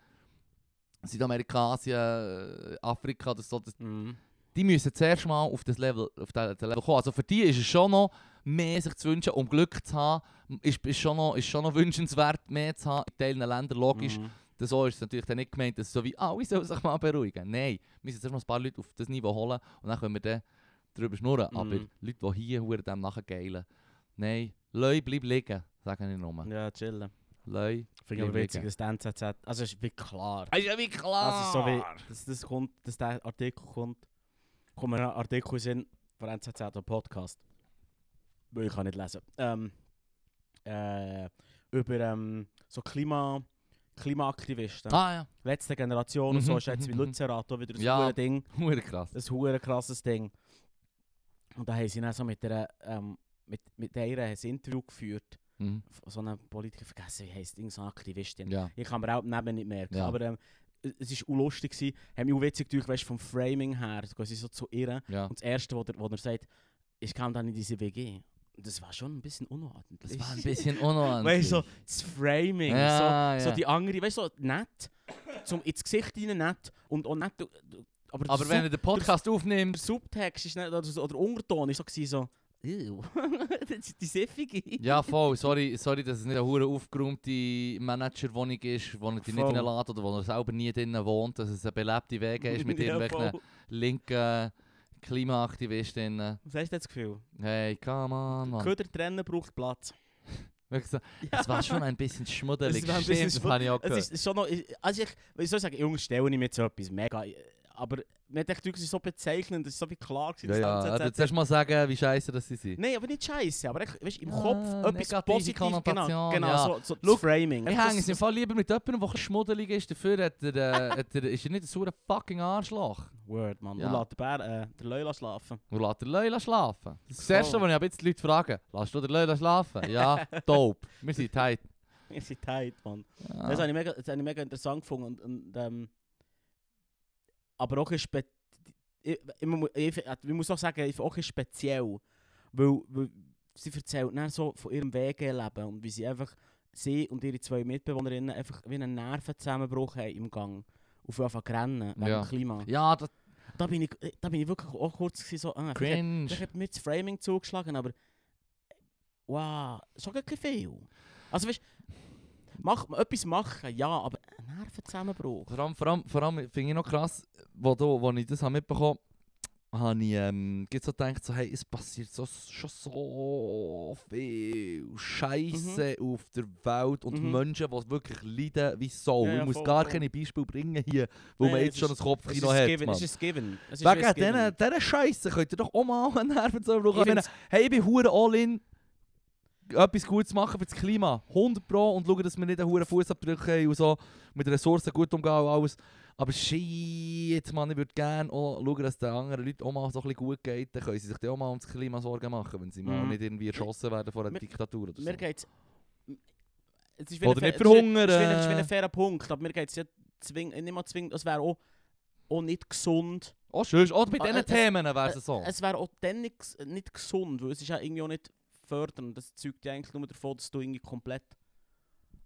S1: Südamerika, Asien, äh, Afrika, das, so, das,
S2: Mhm.
S1: die müssen zuerst mal auf das Level, auf das, das Level kommen. Also für die ist es schon noch mehr sich zu wünschen, um Glück zu haben, ist, ist, schon, noch, ist schon noch wünschenswert, mehr zu haben in Teilen Länder, logisch.
S2: Mhm.
S1: Das so ist es natürlich dann nicht gemeint, dass so wie, ah, ich soll sich mal beruhigen. Nein, wir müssen zuerst mal ein paar Leute auf das Niveau holen und dann können wir dann drüber schnurren.
S2: Mhm.
S1: Aber Leute, die hier hure dem nachgeilen, nein, Leu, bleib liegen, sagen ich nur.
S2: Ja, chillen.
S1: Leu,
S2: Finde ich aber
S1: Liegen.
S2: witzig, dass die NZZ... Also, es ist wie klar.
S1: ist ja wie klar.
S2: Also, so
S1: Ah.
S2: wie... Dass, das kommt, dass der Artikel kommt... Kommt mir ein Artikel in von NZZ oder Podcast. Weil ich kann nicht lesen. Ähm, äh, über ähm, so Klima... Klimaaktivisten.
S1: Ah ja,
S2: Letzte Generation und so
S1: Mhm,
S2: ist jetzt wie
S1: mhm, mhm.
S2: Lützerath auch wieder ein
S1: Ja.
S2: ja. Ding.
S1: hure krass.
S2: ein hure krasses Ding. Und da haben sie dann so mit der, ähm, mit, mit einer ein Interview geführt.
S1: Mhm.
S2: Von So einem Politiker, vergessen wie heisst, irgendeine Aktivistin.
S1: Ja.
S2: Ich kann mir auch den Namen nicht merken.
S1: Ja.
S2: Aber ähm, es war lustig. gewesen. Hat mich auch witzig durch, weißt, vom Framing her. Du gehst so zu ihr.
S1: ja.
S2: Und das Erste, was er, was er sagt, ich kam dann in diese WG. Und Das war schon ein bisschen unordentlich.
S1: Das war ein bisschen unordentlich.
S2: Weißt du, so das Framing,
S1: Ja,
S2: so,
S1: ja.
S2: so die andere, weißt du, so nett, zum ins Gesicht rein nett und auch nett, du- du- aber, der
S1: Aber wenn
S2: Sub-
S1: du den Podcast
S2: der
S1: aufnimmst.
S2: Subtext ist nicht, oder, so- oder Unterton ist so gewesen, so, ew, das ist die Siffige.
S1: Ja, voll. Sorry, sorry dass es nicht eine hure aufgeräumte Managerwohnung ist, wo er dich nicht
S2: Voll.
S1: reinlässt oder wo er selber nie drinnen wohnt, dass es eine belebte Wege ist mit
S2: Ja,
S1: irgendwelchen
S2: voll.
S1: linken Klimaaktivistinnen.
S2: Was hast du jetzt das Gefühl?
S1: Hey, come on, Mann.
S2: Köder trennen braucht Platz.
S1: Wirklich so, Es war schon ein bisschen schmuddelig.
S2: Es war ein bisschen
S1: Stimmt, das habe ich auch
S2: Es
S1: gehört.
S2: ist schon noch, also ich, ich soll sagen, Jungs, stelle ich mir jetzt so etwas mega, eh, aber mir hat es so bezeichnend, es ist so wie klar gewesen,
S1: Ja, ja.
S2: das
S1: Aber
S2: NZZ.
S1: zuerst mal sagen, wie scheiße das sie sind.
S2: Nein, aber nicht scheiße, aber echt, weißt, im
S1: Ah,
S2: Kopf
S1: negative
S2: etwas Positives. Genau,
S1: Konnotation,
S2: genau
S1: ja.
S2: so, so das
S1: Look,
S2: Framing.
S1: Ich
S2: Einfach
S1: hänge es
S2: so-
S1: im Fall lieber mit jemandem, der ein bisschen schmuddelig ist. Dafür hat er, äh, hat er, ist er nicht ein sauer fucking Arschloch.
S2: Word, Mann.
S1: Ja.
S2: Und lässt den Bär, äh, den Leula schlafen.
S1: Und lässt den Leila schlafen. Das
S2: Voll.
S1: erste, was ich ein bisschen die Leute frage, lässt du den Leila schlafen? Ja, dope. Wir sind tight.
S2: Wir sind tight, Mann.
S1: Ja.
S2: Das habe ich, mega- das habe ich mega interessant gefunden. Und, und, ähm, aber auch ein bisschen spe- ich, ich, mu- ich, ich muss auch sagen, ich, auch ein bisschen speziell. Weil, weil sie erzählt dann so von ihrem WG-Leben und wie sie einfach, sie und ihre zwei Mitbewohnerinnen, einfach wie einen Nervenzusammenbruch haben im Gang. Auf einfach rennen, wegen
S1: Ja.
S2: dem Klima.
S1: ja, das
S2: Da bin ich, da bin ich wirklich auch kurz gewesen, so, ah, vielleicht- Ich
S1: cringe.
S2: habe mir das Framing zugeschlagen, aber. Wow, schon gar kein viel. Also, weißt du, mach, etwas machen, ja, aber ein Nervenzusammenbruch.
S1: Vor allem, vor allem, vor allem finde ich noch krass, wo, du, wo ich das habe mitbekommen habe, habe ich ähm, gleich so gedacht, so, hey, es passiert so, schon so viel Scheiße auf der Welt und
S2: Mhm.
S1: Menschen, die wirklich leiden wie Sau.
S2: Ja, ja,
S1: ich muss
S2: voll,
S1: gar
S2: voll.
S1: keine Beispiele bringen hier, weil
S2: Nee,
S1: man
S2: es
S1: jetzt schon ein
S2: ist-
S1: Kopfkino hat.
S2: given,
S1: Mann.
S2: es ist ein Given. Es ist wie
S1: Wegen
S2: ein
S1: dieser, dieser Scheiße könnt ihr doch auch mal einen Nervenzusammenbruch
S2: Ich
S1: haben.
S2: find's-
S1: Hey, ich bin hure all in, etwas Gutes machen für das Klima. 100 Pro und schauen, dass wir nicht einen hohen Fußabdruck haben und so. Mit Ressourcen gut umgehen und alles. Aber shit, Mann, ich würde gerne auch schauen, dass den anderen Leuten auch mal so ein bisschen gut geht. Dann können sie sich dann auch mal ums Klima Sorgen machen, wenn sie mal
S2: Mhm.
S1: nicht irgendwie erschossen werden von einer
S2: Mir-
S1: Diktatur oder so.
S2: Mir geht's. Es ist
S1: Oder
S2: ein
S1: nicht
S2: fair- es ist wie-
S1: verhungern.
S2: Es ist wie ein- es ist wie ein fairer Punkt, aber mir geht es ja zwing, nicht mal zwingend. Es wäre auch, auch nicht gesund.
S1: Oh, schön. Oh, mit
S2: Ah,
S1: diesen
S2: äh,
S1: Themen wäre es so.
S2: Es wäre auch dann nicht, gs- nicht gesund, weil es ist ja irgendwie auch nicht fördernd. Das zeugt ja eigentlich nur davon, dass du irgendwie komplett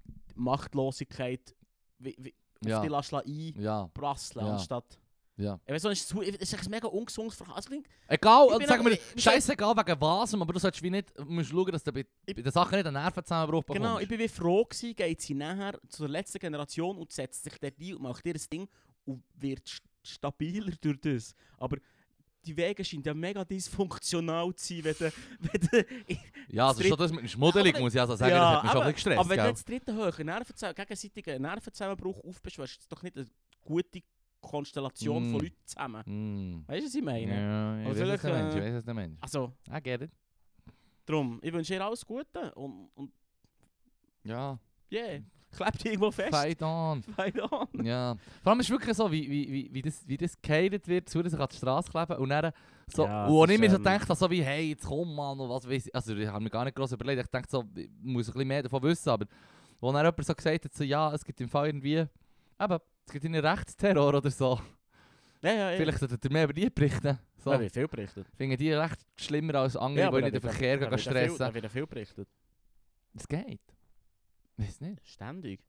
S2: die Machtlosigkeit wie, wie
S1: Ja.
S2: auf dich lässt einprasseln
S1: Ja,
S2: prasseln
S1: Ja.
S2: anstatt...
S1: ja.
S2: Ich weiss auch nicht, es ist zu- es ist echt ein mega ungesundes Verhalten. Es klingt-
S1: Egal,
S2: Ich
S1: also
S2: bin
S1: sagen
S2: aber-
S1: wir,
S2: ich bin
S1: scheißegal wegen was, aber du solltest wie nicht, musst schauen, dass du bei, bei den Sachen nicht einen Nervenzusammenbruch bekommst.
S2: Genau, ich bin wie froh gewesen, geht sie nachher zur letzten Generation und setzt sich dort ein und macht ihr ein Ding und wird st- stabiler durch das. Aber die Wege scheinen ja mega dysfunktional zu sein, wenn du, wenn du
S1: ja, also
S2: das
S1: schon das mit dem Schmuddelig,
S2: Aber-
S1: muss ich also sagen,
S2: Ja,
S1: das hat mich schon ein
S2: aber-
S1: bisschen gestresst,
S2: Aber wenn du
S1: gell?
S2: jetzt dritten hoch einen Nervenzusammen gegenseitigen Nervenzusammenbruch aufbeschwörst, ist doch nicht eine gute Konstellation von
S1: Mm.
S2: Leuten zusammen.
S1: Mm.
S2: Weißt du, was ich meine?
S1: Ja, ich
S2: Aber
S1: weiß, was
S2: vielleicht,
S1: du meinst, ich
S2: äh,
S1: weiß, was du meinst.
S2: Also,
S1: I get it.
S2: drum, ich wünsche dir alles Gute und, und
S1: Ja,
S2: yeah, kleb dich irgendwo fest.
S1: fight on.
S2: Fight on.
S1: Ja. Vor allem ist es wirklich so, wie, wie, wie, wie das, wie das gehatet wird, zu sich an die Straße kleben und dann so,
S2: Ja,
S1: wo
S2: es
S1: ich
S2: ist,
S1: mir so
S2: ähm,
S1: gedacht habe, so wie, hey, jetzt komm Mann, und was weiß ich, also ich habe mir gar nicht groß überlegt, ich dachte so, ich muss ein bisschen mehr davon wissen, aber wo dann jemand so gesagt hat, so, ja, es gibt im Fall irgendwie, eben, es gibt einen Rechtsterror oder so,
S2: Ja, ja, ja.
S1: vielleicht solltet ihr mehr über die berichten. So.
S2: Da wird viel berichtet.
S1: Finden die recht schlimmer als andere, die
S2: aber
S1: nicht den
S2: da wird-
S1: Verkehr
S2: da
S1: gehen
S2: wird viel-
S1: stressen.
S2: Da wird viel berichtet.
S1: Es geht. Weiß nicht.
S2: Ständig.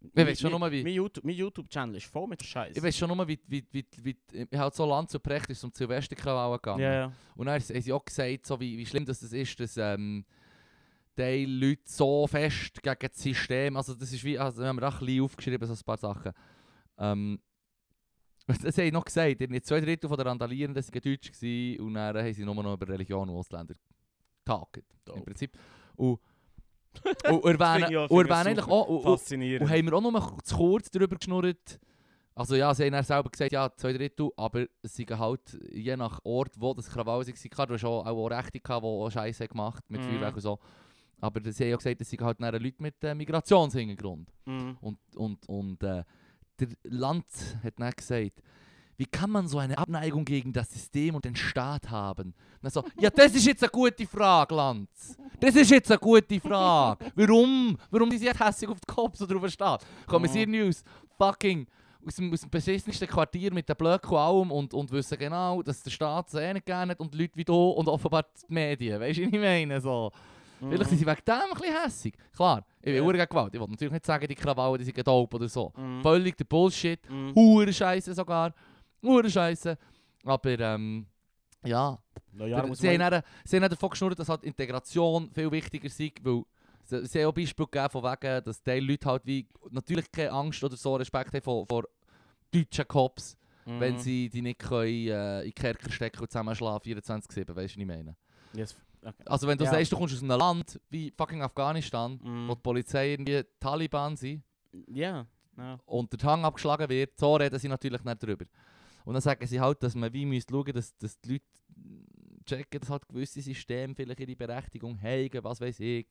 S1: Ich weiss schon nur, wie-
S2: Mein YouTube- mein YouTube-Channel ist voll mit Scheiß.
S1: Ich weiß schon nur, wie, wie, wie, wie, ich halt so Land zu Precht ist zum Silvesterkrawall gegangen.
S2: Ja, ja.
S1: Und dann haben sie auch gesagt, so wie, wie schlimm das ist, dass ähm, die Leute so fest gegen das System, also das ist wie, also wir haben wir auch ein bisschen aufgeschrieben, so ein paar Sachen. Ähm, das haben noch gesagt, irgendwie zwei Drittel von der Randalierenden waren Deutsch gewesen, und dann haben sie nur noch über Religion und Ausländer getagt,
S2: Dope.
S1: im Prinzip. Und, und
S2: Finde ich
S1: erwähnen,
S2: auch-
S1: und
S2: finde
S1: erwähnen eigentlich
S2: ich super
S1: auch, und, und,
S2: Faszinierend.
S1: und haben wir auch noch zu kurz darüber geschnurrt. Also ja, sie haben dann selber gesagt, ja, zwei Drittel, aber es sind halt je nach Ort, wo das Krawall war, klar, du hast auch, auch Rechte gehabt, die auch Scheiße gemacht mit
S2: Mhm.
S1: Feuerwerk und so. Aber sie haben auch gesagt, es sind halt dann Leute mit äh, Migrationshintergrund.
S2: Mhm.
S1: Und, und, und äh, der Land hat dann gesagt, wie kann man so eine Abneigung gegen das System und den Staat haben? Und er so, ja, das ist jetzt eine gute Frage, Lanz. Das ist jetzt eine gute Frage. Warum? Warum diese Hässung auf den Kopf so drauf steht? Kommen Sie News fucking aus dem, aus dem beschissensten Quartier mit den Blöcken und allem und, und wissen genau, dass der Staat es eh nicht gerne hat und Leute wie du und offenbar die Medien. Weißt du, was ich meine? So. Vielleicht sind sie wegen dem ein bisschen hässig. Klar, ich will
S2: Mhm. Ja.
S1: yeah. gegen Gewalt. Ich will natürlich nicht sagen, die Krawallen die sind dope oder so.
S2: Mhm.
S1: Völlig der Bullshit.
S2: Mhm.
S1: Hure Scheiße sogar. Hure Scheiße. Aber ähm, ja,
S2: Na ja, da muss
S1: sie, haben
S2: man...
S1: dann, sie haben dann davon geschnurrt, dass halt Integration viel wichtiger sei, weil sie, sie haben auch Beispiele gegeben von wegen, dass die Leute halt wie natürlich keine Angst oder so Respekt haben vor, vor deutschen Cops,
S2: Mhm.
S1: wenn sie die nicht können, äh, in den Kerker stecken und zusammenschlafen 24-7, weißt du, was ich meine?
S2: Yes. Okay.
S1: Also wenn du
S2: Ja.
S1: sagst, du kommst aus einem Land wie fucking Afghanistan,
S2: Mhm.
S1: wo die Polizei irgendwie Taliban sind,
S2: Ja. nou, Ja.
S1: und der Hang abgeschlagen wird, so reden sie natürlich nicht drüber. Und dann sagen sie halt, dass man wie müsste schauen, dass, dass die Leute checken, dass halt gewisse Systeme vielleicht ihre Berechtigung haben, was weiß ich.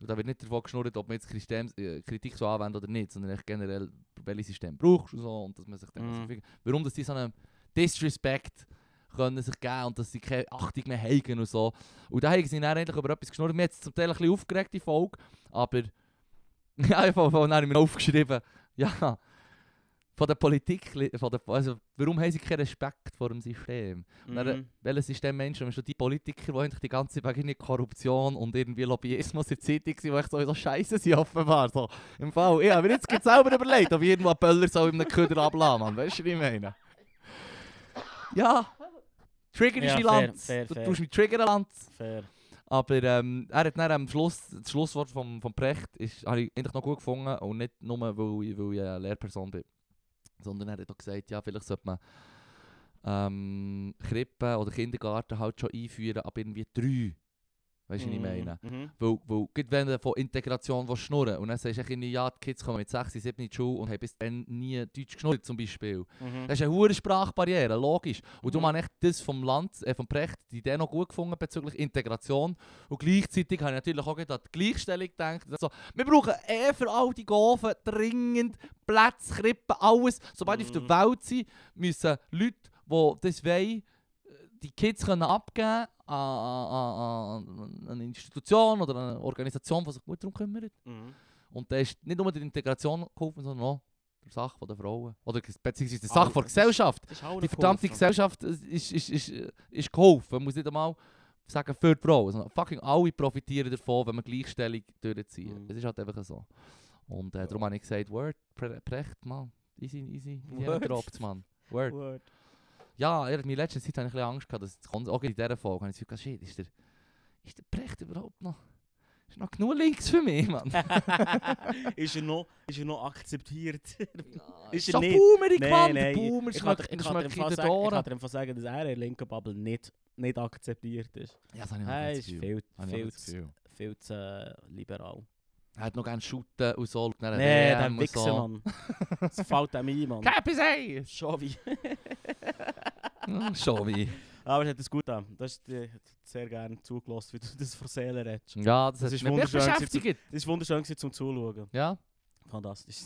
S1: Und da wird nicht davon geschnurrt, ob man jetzt System, äh, Kritik so anwendet oder nicht, sondern echt generell, welches System brauchst du so und dass man sich dann
S2: Mhm.
S1: so viel- warum dass die so einen Disrespect können sich geben und dass sie keine Achtung mehr haben und so. Und da haben sie dann endlich über etwas geschnurrt. Mir hat es zum Teil ein bisschen aufgeregt, die Folge, aber ja, ich habe dann habe ich mir aufgeschrieben, ja, von der Politik, li- von der, also warum haben sie keinen Respekt vor dem System? Und dann,
S2: Mhm.
S1: welches System Menschen haben schon die Politiker, die eigentlich die ganze Zeit wegen Korruption und irgendwie Lobbyismus in der Zeitung sind, die echt sowieso scheiße sind offenbar. So, Im Fall, ja, aber jetzt gibt es selber überlegt, ob ich irgendwo einen Böller so in einem Köder ablassen, Mann. weißt du, was ich meine? Ja, trigger ist
S2: Ja,
S1: die
S2: fair,
S1: Lanz.
S2: fair,
S1: du
S2: fair.
S1: tust mich triggern, Lanz.
S2: Fair.
S1: Aber ähm, er hat dann am Schluss, das Schlusswort vom, vom Precht ist, habe ich eigentlich noch gut gefunden und nicht nur, weil ich, weil ich eine Lehrperson bin, sondern er hat auch gesagt, ja, vielleicht sollte man ähm, Krippen oder Kindergarten halt schon einführen ab irgendwie drei. Weißt du, was ich meine?
S2: Mhm.
S1: Weil, weil gerade wenn du von Integration willst schnurren und dann sagst du, irgendwie, ja, die Kids kommen mit 6, 7 in die Schule und haben bis dann nie Deutsch geschnurrt zum Beispiel.
S2: Mhm.
S1: Das ist eine hohe Sprachbarriere, logisch. Und darum
S2: Mhm.
S1: habe ich das vom Land, äh, vom Precht, die Idee noch gut gefunden bezüglich Integration. Und gleichzeitig habe ich natürlich auch gerade an die Gleichstellung gedacht. Also, wir brauchen eh für all die Gaven dringend Plätze, Krippen, alles. Sobald die auf
S2: Mhm.
S1: der Welt sind, müssen Leute, die das wollen, eh, die Kids können abgeben an, an, an, an eine Institution oder an eine Organisation, die sich gut darum kümmert.
S2: Mhm.
S1: Und da ist nicht nur der Integration geholfen, sondern auch der Sache von der Frauen. Oder ges- beziehungsweise der Sache von der
S2: Ah, das ist-
S1: Gesellschaft.
S2: Das ist auch
S1: Die
S2: eine
S1: verdammte
S2: Kurve.
S1: Gesellschaft ist, ist, ist, ist, äh, ist geholfen. Man muss nicht einmal sagen, für die Frauen. Sondern fucking alle profitieren davon, wenn wir Gleichstellung durchziehen.
S2: Mhm.
S1: Es ist halt einfach so. Und äh, darum habe ich gesagt, Word, Pre- Precht, Mann. Easy, easy. easy
S2: Word.
S1: Droppt, Mann. Word.
S2: Word.
S1: Ja, in meiner letzten Zeit hatte ich ein bisschen Angst, gehabt, dass es kommt. Auch in dieser Folge habe ich das Gefühl, gehabt, shit, ist der, ist der Precht überhaupt noch... Ist noch genug links für mich, Mann.
S2: ist, er noch, ist er noch akzeptiert?
S1: Ja,
S2: Ist er
S1: schon
S2: nicht?
S1: Boomerig,
S2: Nein,
S1: Mann.
S2: nein,
S1: Der Boomer
S2: ich kann dir-
S1: schmeckt
S2: ich
S1: ich
S2: kann dir im
S1: schmeckt in
S2: Fall
S1: den
S2: sagen- ich
S1: Ohren.
S2: kann dir im Fall sagen, dass er in linken Bubble nicht, nicht akzeptiert ist.
S1: Ja, das habe ich auch
S2: Er
S1: das
S2: ist
S1: Gefühl.
S2: viel,
S1: Habe ich auch
S2: viel,
S1: das
S2: zu,
S1: Gefühl.
S2: viel zu äh, liberal.
S1: Er hat noch gerne Shooten und so. Nein,
S2: Nee, der
S1: WM und
S2: Wichser,
S1: so.
S2: Mann. Das fällt einem ein, Mann.
S1: Käppis, ey!
S2: Schon wie.
S1: Hm, Schon wie.
S2: Aber es hat es gut an. Das ist, ich hätte sehr gerne zugelassen, wie du das von Seelen redest.
S1: Ja, das,
S2: Das
S1: hat mich-
S2: ist
S1: mich
S2: wunderschön,
S1: beschäftigt.
S2: Es war wunderschön gewesen, zum Zuschauen.
S1: Ja,
S2: Fantastisch.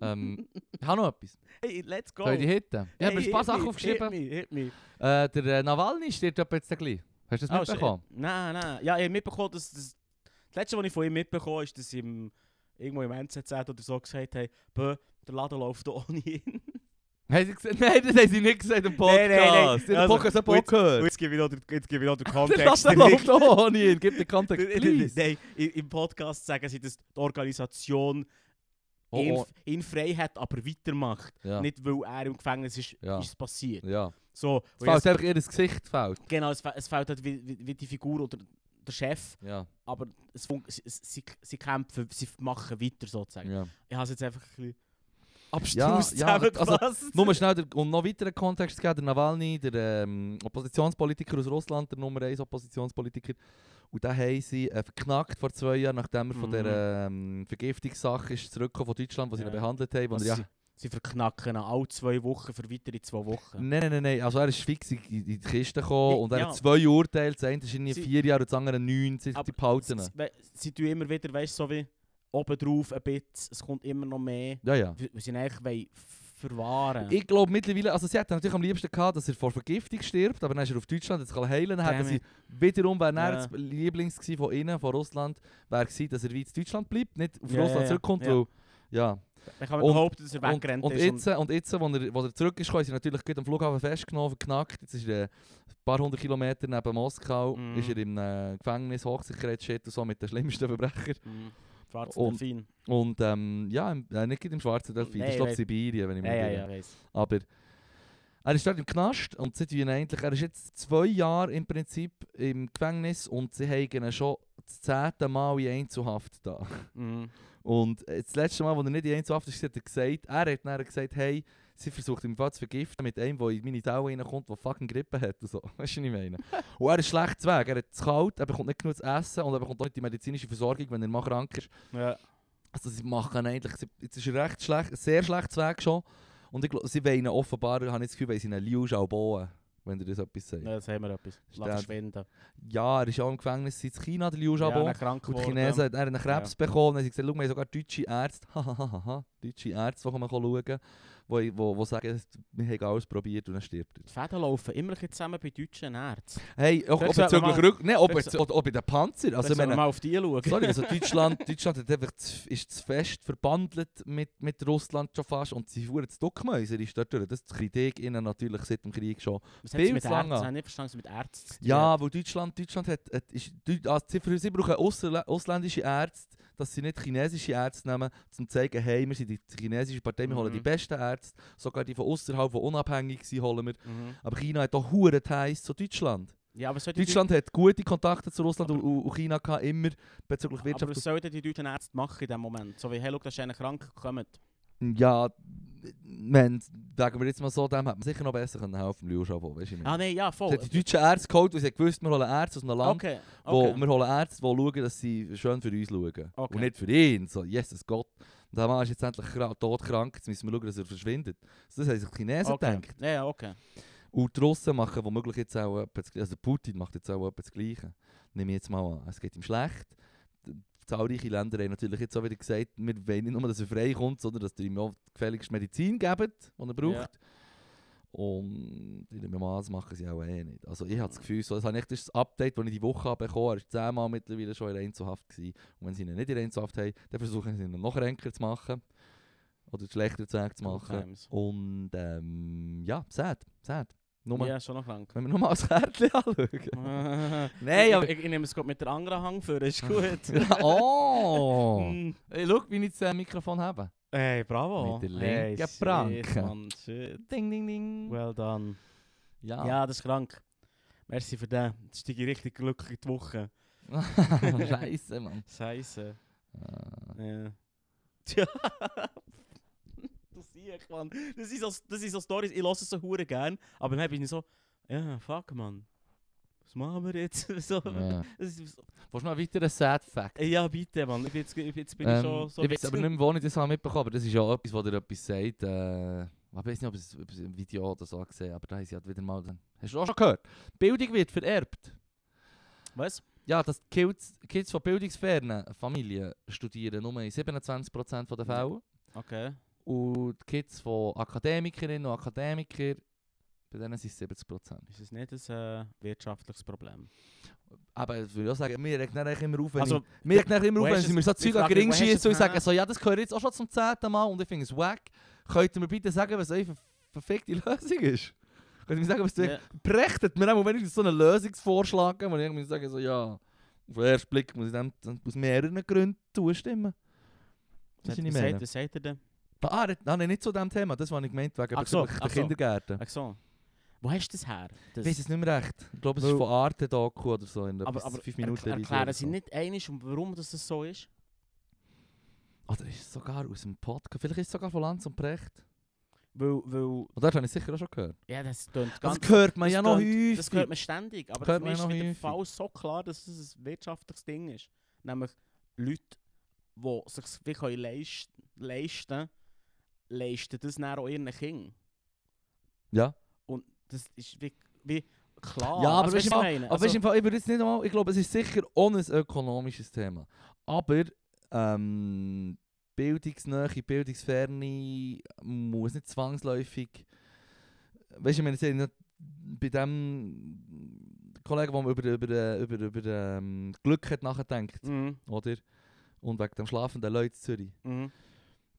S1: ähm, ich habe noch etwas.
S2: Hey, let's go!
S1: Soll ich die hitten? Ich habe mir
S2: Hey,
S1: ein paar
S2: hit
S1: Sachen
S2: me,
S1: aufgeschrieben.
S2: Hit me, hit me.
S1: Äh, Der äh, Nawalny stirbt etwa jetzt gleich. Hast du
S2: Oh,
S1: das mitbekommen?
S2: shit. Nein, nein. Ja, ich habe mitbekommen, dass das, das letzte, was ich von ihm mitbekommen habe, ist, dass sie im, irgendwo im NZZ oder so gesagt haben, «Bö, der Laden läuft da ohne ihn.
S1: Haben sie gesagt? Nein, das haben sie nicht gesagt im Podcast.
S2: Nein, nein, nein.
S1: Sie haben
S2: Also,
S1: den Podcast auch
S2: und
S1: auch
S2: Und
S1: gehört.
S2: jetzt gebe ich noch den, jetzt gebe ich noch den
S1: Der
S2: Kontext.
S1: Laden läuft auch ohne ihn. Gib den Kontext, please.
S2: Nein, i- im Podcast sagen sie, dass die Organisation
S1: Oh,
S2: ihn,
S1: oh,
S2: ihn frei hat, aber weitermacht.
S1: ja,
S2: Nicht, weil er im Gefängnis ist,
S1: Ja.
S2: ist es passiert.
S1: Ja.
S2: So, und
S1: Es
S2: jetzt-
S1: fällt einfach ihr Gesicht fällt.
S2: Genau, es, fe- es fehlt halt wie, wie, wie die Figur oder der Chef,
S1: Ja.
S2: aber es fun- sie, sie, sie kämpfen, sie machen weiter sozusagen.
S1: ja.
S2: Ich habe es jetzt einfach ein bisschen
S1: Ja,
S2: abstrus
S1: ja, aber-
S2: zusammengefasst.
S1: Nur mal schnell, der, um noch weiteren Kontext zu geben, der Nawalny, der ähm, Oppositionspolitiker aus Russland, der Nummer 1 Oppositionspolitiker, und den haben sie äh, verknackt vor zwei Jahren, nachdem er von
S2: Mhm.
S1: der ähm, Vergiftungssache ist zurückgekommen von Deutschland, wo sie
S2: Ja.
S1: ihn behandelt haben. Wo er,
S2: Also
S1: ja,
S2: sie, sie verknacken ihn alle zwei Wochen für weitere zwei Wochen.
S1: nein, nein, nein, nein, also er ist fix in, in in die Kiste gekommen
S2: Ja,
S1: und er
S2: ja.
S1: hat zwei Urteile, das eine ist irgendwie
S2: Sie-
S1: vier Jahre und das andere neun, sie
S2: Aber
S1: die behalten.
S2: Sie,
S1: ihn.
S2: we- sie tun immer wieder, weißt du, so wie oben drauf ein bisschen, es kommt immer noch mehr.
S1: Ja, ja.
S2: Wir wir sind eigentlich wollen f- verwahren.
S1: Ich glaube mittlerweile, also sie hätte natürlich am liebsten gehabt, dass er vor Vergiftung stirbt, aber dann ist er auf Deutschland, jetzt kann er heilen, dann hätten
S2: Damn
S1: sie
S2: it.
S1: wiederum, wenn er
S2: Ja.
S1: das Lieblings gewesen von innen, von Russland, wäre gewesen, dass er wie in Deutschland bleibt, nicht auf
S2: Ja, ja,
S1: Russland
S2: ja.
S1: zurückkommt,
S2: Ja.
S1: weil, ja.
S2: Dann kann man
S1: Und-
S2: behaupten, dass er
S1: Und,
S2: weggerannt
S1: und
S2: ist.
S1: jetzt, und jetzt, wo er, wo er zurück ist, ist er natürlich gut am Flughafen festgenommen, verknackt. Jetzt ist er äh, ein paar hundert Kilometer neben Moskau,
S2: Mhm.
S1: ist er im äh, Gefängnis, Hochsicherheitsschild und so mit den schlimmsten Verbrechern.
S2: und, mhm. Schwarzer
S1: und-
S2: Delfin.
S1: Und ähm, ja, im, äh, nicht gerade im Schwarzen Delfin,
S2: Nein,
S1: das ist glaube
S2: weiss-
S1: ich Sibirien, wenn ich mich
S2: Ja, ja,
S1: irre.
S2: ja, weiss.
S1: Aber er ist dort im Knast und sie tun ihn eigentlich, er ist jetzt zwei Jahre im Prinzip im Gefängnis und sie haben ihn schon das zehnte Mal in Einzelhaft da.
S2: Mhm.
S1: Und äh, das letzte Mal, als er nicht in Einzelhaft ist, hat er gesagt, er hat dann gesagt, hey, sie versucht ihn zu vergiften mit einem, der in meine Tau reinkommt, der fucking Grippe hat und so. Weißt du, was ich meine? und er ist schlecht zu Weg, er hat es kalt, er bekommt nicht genug zu essen und er bekommt auch nicht die medizinische Versorgung, wenn er mal krank ist.
S2: Ja.
S1: Also sie machen eigentlich, sie, jetzt ist er recht schlecht, sehr schlecht zu Weg schon. Und ich glaube, sie wollen ihn offenbar, habe ich das Gefühl, wollen sie einen Liu bauen, wenn ihr das etwas sagt.
S2: ja,
S1: Ja,
S2: jetzt haben wir etwas. Lass
S1: der-
S2: verschwinden.
S1: er ist auch im Gefängnis seit China, der Liu
S2: Ja,
S1: Xiaobo.
S2: dann krank
S1: Und die
S2: geworden.
S1: Chinesen haben einen Krebs bekommen. Dann haben sie gesagt, schau, wir haben sogar deutsche Ärzte. Hahaha, deutsche Ärzte, die man schauen kann. Die, die, die sagen, wir haben alles probiert und dann stirbt er.
S2: Die Fäden laufen immer ein bisschen zusammen bei deutschen Ärzten.
S1: Hey, auch,
S2: Das
S1: ob
S2: sollte man
S1: bezüglich
S2: mal-
S1: Rück... Nein, ob,
S2: das
S1: jetzt- ob, ob in den Panzer. Also,
S2: Also,
S1: ich
S2: wenn wir
S1: meine,
S2: mal auf die schauen.
S1: sorry, also Deutschland, Deutschland hat einfach zu, ist zu fest verbandelt mit, mit Russland schon fast. Und sie fuhren zu Duckmäuser ist dort durch. Das ist die Kritik ihnen natürlich seit dem Krieg schon.
S2: Was hat sie mit
S1: viel zu lange.
S2: Ärzten? Ich habe nicht verstanden, was sie mit Ärzten. zu tun
S1: Ja,
S2: hat.
S1: weil Deutschland, Deutschland hat, hat ist, Deut- also sie- für sie brauchen Ausserlä- ausländische Ärzte, dass sie nicht chinesische Ärzte nehmen, um zu zeigen, hey, wir sind die chinesische Partei, wir holen die
S2: Mhm.
S1: besten Ärzte, sogar die von außerhalb, die unabhängig sind, holen wir.
S2: Mhm.
S1: Aber China hat auch hure Heiß zu Deutschland.
S2: Ja, aber sollte die
S1: Deutschland hat gute Kontakte zu Russland und, und China gehabt, immer bezüglich
S2: Deutschen-
S1: Wirtschaft.
S2: Aber was sollen die deutschen Ärzte machen in diesem Moment? So wie, hey, schau, das ist einer krank, kommt.
S1: und- ja, man, sagen wir jetzt mal so, dem hätte man sicher noch besser können helfen können, Liu Xiaobo, weißt du, ich meine.
S2: Ah, nein, ja, voll.
S1: Sie hat die deutschen Ärzte geholt, weil sie hat gewusst, wir holen Ärzte aus einem Land,
S2: Okay,
S1: Wo
S2: okay.
S1: wir holen Ärzte, die schauen, dass sie schön für uns schauen.
S2: Okay.
S1: Und nicht für ihn. So, Jesus Gott. Und der Mann ist jetzt endlich kra- todkrank, jetzt müssen wir schauen, dass er verschwindet. So, das haben sich die Chinesen
S2: okay.
S1: gedacht.
S2: Ja, ja, okay. und
S1: Und die Russen machen womöglich jetzt auch etwas, also Putin macht jetzt auch etwas das Gleiche. Nehme ich jetzt mal an, es geht ihm schlecht. D- Zahlreiche Länder haben natürlich jetzt auch wieder gesagt, wir wollen nicht nur, dass er frei kommt, sondern dass ihr ihm auch gefälligst Medizin gebt, die er braucht.
S2: Ja.
S1: Und in dem Maß machen sie auch eh nicht. Also ich habe das Gefühl, so, das habe ich das ist das Update, das ich die Woche habe bekommen habe, er war zehnmal mittlerweile schon in Einzelhaft. Gewesen. Und wenn sie ihn nicht in Einzelhaft haben, dann versuchen sie ihn noch ränker zu machen. Oder schlechter zu zu machen.
S2: Times.
S1: Und ähm, ja, sad, sad. Nur,
S2: Ja, schon noch krank.
S1: Wenn wir nochmal als Kärtchen anschauen.
S2: Nein,
S1: aber-
S2: Ich, ich nehme es gerade mit der anderen Hang für, ist gut.
S1: Ja, oh!
S2: Mm.
S1: hey, schau, wie ich das äh, Mikrofon habe.
S2: Hey, bravo.
S1: Mit der
S2: hey,
S1: linken
S2: shit,
S1: Pranke.
S2: Mann, shit.
S1: Ding, ding, ding.
S2: Well done.
S1: ja.
S2: Ja, das ist krank. Merci für den. Jetzt steige ich richtig glücklich in die Woche.
S1: Scheiße, Mann.
S2: Scheiße.
S1: Äh,
S2: Ja. Tja. du siehst, Mann. Das sind so, das sind so Stories, ich lasse es so hure gern, aber dann bin ich so, ja, fuck, Mann. Was machen wir jetzt? so,
S1: ja.
S2: das ist so,
S1: Willst du noch weiter einen Sad Fact?
S2: eh, ja, bitte, Mann. Ich bin jetzt, ich, jetzt bin ich
S1: Ähm,
S2: schon so.
S1: ich weiß aber nicht mehr, wo ich das habe mitbekommen aber das ist ja etwas, wo dir etwas sagt. Äh, ich weiß nicht, ob ich es ob ich es im Video oder so gesehen aber da haben sie halt wieder mal... Dann, hast du auch schon gehört? Bildung wird vererbt.
S2: Was?
S1: Ja, dass die Kids, Kids von bildungsfernen Familien studieren nur in 27% der Fälle.
S2: Okay.
S1: Und die Kids von Akademikerinnen und Akademikern, bei denen sind es 70 Prozent.
S2: Ist es nicht ein äh, wirtschaftliches Problem?
S1: Aber ich würde auch sagen, wir regen dann eigentlich immer auf, wenn
S2: Also,
S1: ich, wir regen eigentlich immer auf,
S2: wo
S1: wenn
S2: hast
S1: sie mir
S2: es-
S1: so
S2: ich
S1: Zeug an
S2: frage
S1: gering
S2: mich, wo hast
S1: schießen und
S2: es her?
S1: sagen, so, ja, das gehört jetzt auch schon zum zehnten Mal und ich finde es wack. Könnt ihr mir bitte sagen, was eure ver- verfickte Lösung ist? Könnt ihr mir sagen, was du...
S2: ja,
S1: Brechtet mir auch wenigstens so einen Lösungsvorschlag, geben, wo ich irgendwie sage, so, ja... Auf den ersten Blick muss ich dem dann aus mehreren Gründen zustimmen.
S2: was,
S1: Das
S2: hat-
S1: ist nicht
S2: was, sagt-
S1: mehr.
S2: was sagt ihr denn?
S1: Ah, nicht- ah, nein, nicht zu dem Thema, das war ich gemeint, wegen
S2: Ach so,
S1: bezüglich der
S2: ach so.
S1: Kindergärten.
S2: Ach so. Wo hast du das her? Das-
S1: Ich weiß es nicht mehr recht. Ich glaube, es ist
S2: Weil-
S1: von Arte Doku oder so in
S2: aber
S1: etwas
S2: aber
S1: fünf
S2: erkl-
S1: Minuten Video
S2: erklären
S1: oder
S2: Sie
S1: so.
S2: nicht einig, warum das das so ist?
S1: Oder ist es sogar aus dem Podcast? Vielleicht ist es sogar von Lanz und Precht.
S2: Weil, weil
S1: Und dort habe ich es sicher auch schon gehört.
S2: ja, das tönt ganz...
S1: Das hört man
S2: Das
S1: ja noch
S2: tönt-
S1: häufig.
S2: Das hört man ständig, aber
S1: Hört
S2: für
S1: man
S2: mich
S1: ja
S2: ist
S1: noch
S2: mit dem
S1: häufig.
S2: Fall so klar, dass es ein wirtschaftliches Ding ist. Nämlich Leute, die sich wie können leist, leisten leisten das dann auch ihren Kindern.
S1: ja.
S2: Und das ist wie, wie klar.
S1: ja, aber
S2: also,
S1: weißt du,
S2: weisst du, was
S1: aber
S2: ich meine?
S1: weisst du, im Fall, ich würde jetzt nicht mal, ich glaube, es ist sicher ohne ein ökonomisches Thema. Aber ähm, bildungsnähe, bildungsferne muss nicht zwangsläufig. Weißt du, ich meine, sie haben ja bei dem Kollegen, der über, über, über, über ähm, Glück hat nachgedacht,
S2: Mhm.
S1: oder? Und wegen dem schlafenden Leuten in Zürich.
S2: Mhm.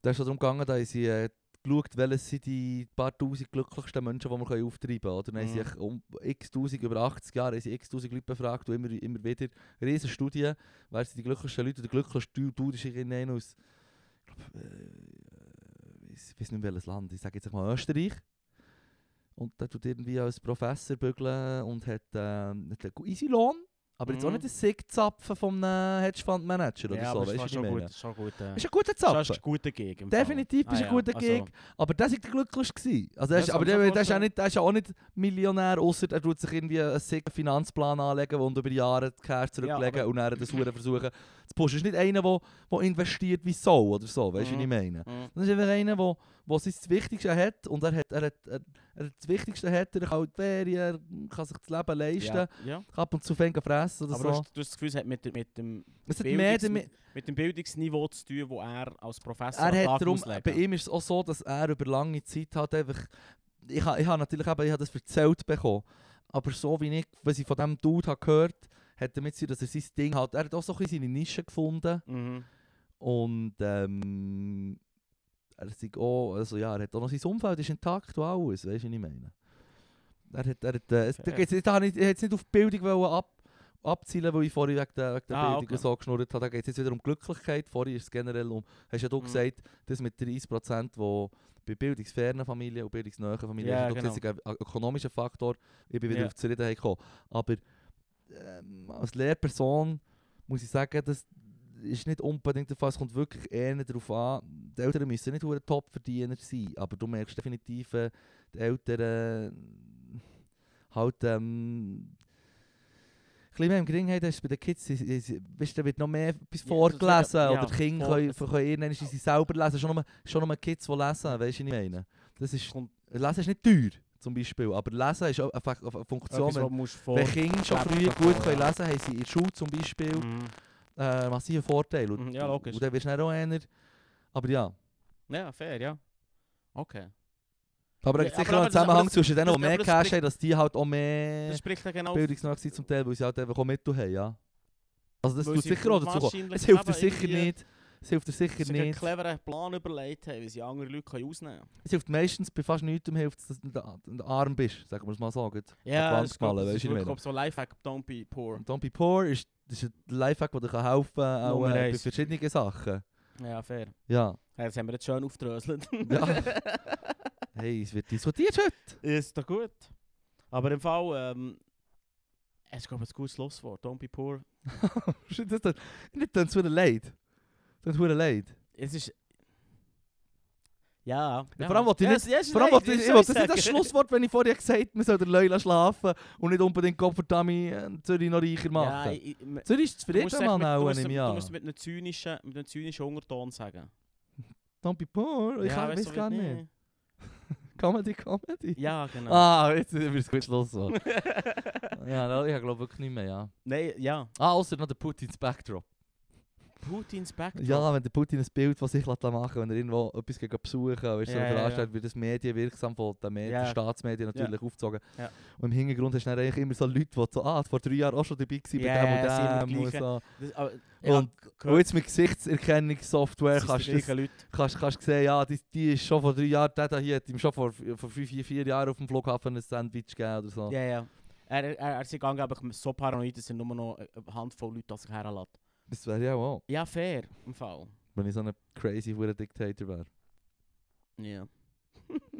S1: Da ist es darum gegangen, da haben sie äh, geschaut, welches sind die paar tausend glücklichsten Menschen, die wir können auftreiben können. Oder? Dann haben sie
S2: Mhm.
S1: echt um x tausend, über 80 Jahre, haben sie x tausend Leute befragt und immer, immer wieder riesen Studien, wer sind die glücklichsten Leute. Und der glücklichste Dude- Dude ist irgendein aus, ich glaube, äh, ich weiß nicht mehr welches Land, ich sage jetzt mal Österreich. Und der tut irgendwie als Professor bügeln und hat, ähm, hat einen easy Lohn, aber jetzt auch
S2: Mhm.
S1: nicht ein Sick-Zapfen vom äh, Hedgefonds-Manager oder
S2: Ja,
S1: so.
S2: aber
S1: weisst du,
S2: es war
S1: was ich
S2: schon
S1: meine?
S2: gut. Ist schon gut. äh,
S1: Ist ein guter
S2: schon
S1: Zapfen.
S2: ein guter Gig. im Fall.
S1: Definitiv ist ein guter
S2: also,
S1: Gig. Aber der war der glücklichste. gewesen. Also der
S2: Ja,
S1: ist,
S2: das
S1: aber
S2: kann ich
S1: der,
S2: mir
S1: der, ist auch
S2: vorstellen.
S1: nicht, der ist auch nicht Millionär, außer er tut sich irgendwie einen sicken Finanzplan anlegen und über Jahre die Cash zurücklegen
S2: aber-
S1: und dann das Huren versuchen zu pushen. ist nicht einer, der der investiert wie so oder so, weißt du, wie ich
S2: Mhm.
S1: meine?
S2: Mhm.
S1: Das ist einfach einer, der der sein das Wichtigste hat und er hat, er hat, er, er hat das Wichtigste hat, er kann halt die Ferien, er kann sich das Leben leisten,
S2: Ja. ja.
S1: kann ab und zu fängt fressen oder
S2: Aber du
S1: so.
S2: hast, du hast das Gefühl, es hat mit, dem- mit, dem,
S1: Es hat mehr
S2: Bildungs-
S1: damit...
S2: mit dem Bildungsniveau zu tun, wo er als Professor am
S1: Er
S2: Tag
S1: hat darum,
S2: muss legen.
S1: bei ihm ist es auch so, dass er über lange Zeit halt einfach, ich, ha- ich habe natürlich eben, ich habe das erzählt bekommen, aber so wie ich, was ich von diesem Dude habe gehört hat damit zu tun, dass er sein Ding hat, er hat auch so ein bisschen seine Nische gefunden
S2: Mhm.
S1: und ähm, er sagt auch, also ja, er hat auch noch sein Umfeld, ist intakt und alles, weißt du, was ich meine. Er hat, er hat, äh, es, da
S2: Fair.
S1: geht's nicht- da habe ich, ich jetzt nicht auf die Bildung wollen ab, abzielen, weil ich vorhin wegen der, wegen der
S2: Ah,
S1: Bildung
S2: okay.
S1: und so geschnurrt habe. Da geht es jetzt wieder um Glücklichkeit, vorhin ist es generell um, hast ja du
S2: Mhm.
S1: gesagt, das mit 30%, wo bei bildungsfernen Familien und bildungsnähen Familien,
S2: Ja,
S1: hast du
S2: genau.
S1: gesagt, das ist ein ökonomischer Faktor, ich bin wieder
S2: Ja.
S1: auf die Zufriedenheit gekommen. Aber ähm, als Lehrperson muss ich sagen, das ist nicht unbedingt der Fall. Es kommt wirklich eher darauf an, die Eltern müssen nicht verdammt Top-Verdiener sein, aber du merkst definitiv, äh, die Eltern äh, halt ähm, ein bisschen mehr im Gering haben, das ist bei den Kids, sie- sie- sie- weisst du, da wird noch mehr etwas
S2: Ja, das
S1: vorgelesen
S2: wird ja- ja,
S1: oder die Kinder
S2: vor-
S1: können, können irgendwann sie selber lesen, schon nur, schon nur Kids, die lesen, weißt du, was ich meine? Das ist,
S2: Kommt-
S1: lesen ist nicht teuer, zum Beispiel, aber lesen ist auch eine, Fak- eine Funktion,
S2: Etwas,
S1: wenn-
S2: was musst du vor...
S1: wenn Kinder schon früh
S2: Leben
S1: gut
S2: vor,
S1: können
S2: ja.
S1: lesen können, haben sie in der Schule zum Beispiel
S2: Mhm.
S1: äh, massiven Vorteil. Und,
S2: Mhm, ja, logisch.
S1: und dann wirst du dann auch einer. Aber ja.
S2: Ja, fair, ja. Okay.
S1: Aber es gibt
S2: Ja,
S1: sicher
S2: aber-
S1: noch
S2: aber
S1: einen
S2: das- aber
S1: Zusammenhang
S2: das-
S1: zwischen denen, die
S2: das-
S1: mehr
S2: aber das
S1: Cash
S2: bringt-
S1: haben, dass die halt auch mehr
S2: Das spricht ja genau...
S1: bildungsnah sind zum Teil, weil sie halt einfach auch mit haben, ja. Also das
S2: Weil
S1: tut
S2: sie
S1: sicher auch dazu.
S2: wahrscheinlich
S1: Es hilft dir
S2: eben
S1: sicher
S2: irgendwie-
S1: nicht. Es hilft dir sicher
S2: sich einen
S1: nicht.
S2: cleveren Plan überlegt haben, wie sie andere Leute können ausnehmen können.
S1: Es hilft meistens bei fast nichts, hilft es, dass du da- da arm bist, sagen wir es mal so. gut.
S2: Ja,
S1: Plan
S2: das
S1: gemalen,
S2: ist, glaub- das
S1: weisst
S2: ist
S1: du, wie ich
S2: wirklich
S1: meine?
S2: glaub, so ein Lifehack, don't be poor.
S1: Und Don't be poor ist, das ist ein Lifehack, der dir kann helfen kann, auch
S2: Nummer
S1: äh, bei
S2: eins.
S1: verschiedenen Sachen.
S2: Ja, fair.
S1: eh. Ja.
S2: Ja, das haben wir jetzt schön aufgedröselt.
S1: ja. Hey, es wird diskutiert heute.
S2: ist doch gut. Aber im Fall, ähm, es ist glaub ich, ein gutes Schlusswort, don't be poor.
S1: Shit, das tut, nicht dann zu leid. Dann zu leid.
S2: Es ist... Ja. ja.
S1: vor allem, was du
S2: ja, es- ja, es ist
S1: Vor allem,
S2: leid,
S1: was ich,
S2: wie
S1: ich
S2: soll
S1: will, das
S2: ich
S1: ist das
S2: sagen?
S1: Schlusswort, wenn ich vorher gesagt habe, man soll den Leuten schlafen und nicht unbedingt Kopferdami äh, Zürich noch reicher
S2: Ja,
S1: machen.
S2: ich, ich, man-
S1: Zürich ist
S2: du, musst
S1: zufrieden, Mann,
S2: echt mit, du,
S1: auch
S2: musst,
S1: im
S2: du
S1: Jahr.
S2: musst mit einem zynischen, mit einem zynischen Unterton sagen.
S1: Don't be poor, ich
S2: ja,
S1: kann,
S2: weisst
S1: weiß
S2: du,
S1: gar
S2: wie-
S1: nicht.
S2: nee.
S1: Comedy, Comedy.
S2: Ja, genau.
S1: Ah, jetzt wird es gut Schlusswort. ja, no, ich glaube wirklich nicht mehr, ja.
S2: Nein, ja.
S1: Ah, außer noch der Putins Backdrop.
S2: Putins Backdrop.
S1: Ja, wenn der Putin ein Bild von sich machen lässt, wenn er irgendwo etwas gegen besuchen kann, weißt du, so eine
S2: Ja, ja, ja.
S1: Veranstaltung, wird das Medien wirksam von den Medien,
S2: Ja.
S1: den Staatsmedien natürlich aufgezogen.
S2: Ja.
S1: Und im Hintergrund hast du dann eigentlich immer so Leute, die so, ah, vor drei Jahren auch schon dabei waren
S2: Ja, ja,
S1: bei
S2: sind
S1: dem
S2: immer
S1: und
S2: die
S1: dem. Und,
S2: Das, aber,
S1: so. und, und jetzt mit Gesichtserkennungssoftware kannst du das-
S2: Leute.
S1: kannst, kannst sehen, ja, die, die ist schon vor drei Jahren, der da hier hat ihm schon vor, vor fünf, vier, vier Jahren auf dem Flughafen ein Sandwich gegeben oder so.
S2: Ja, ja. Er, er, er ist gegangen, aber so paranoid, dass er nur noch eine Handvoll Leute an sich herlässt.
S1: Das wäre ja auch,
S2: Ja, fair, im Fall.
S1: wenn ich so ein crazy verdammter Dictator wäre.
S2: Ja.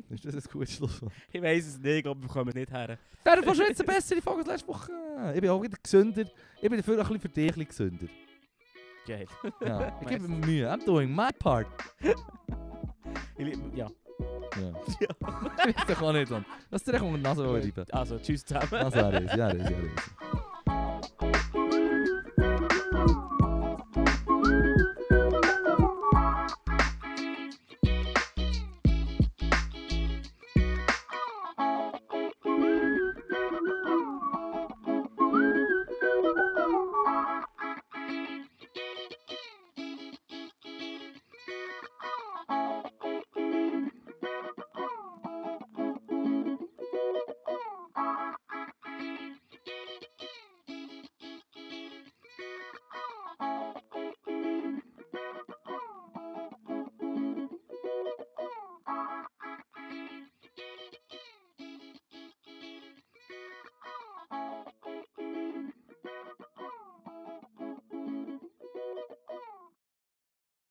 S1: Ist das ein gutes Schlusswort?
S2: Ich weiß es nicht, ich glaube, wir kommen nicht her.
S1: Der war schon jetzt eine bessere Folge als letzte Woche. äh, Ich bin auch wieder gesünder. Ich bin dafür ein bisschen für dich ein bisschen gesünder.
S2: Geil.
S1: Ja, ich gebe mir Mühe. I'm doing my part.
S2: Ich lieb- Ja.
S1: Ja. Ich weiß doch auch nicht, Mann. Das ist dir echt unter die Nase reiben.
S2: Ah, Also, tschüss zusammen.
S1: Das wäre es, ja, das wäre es.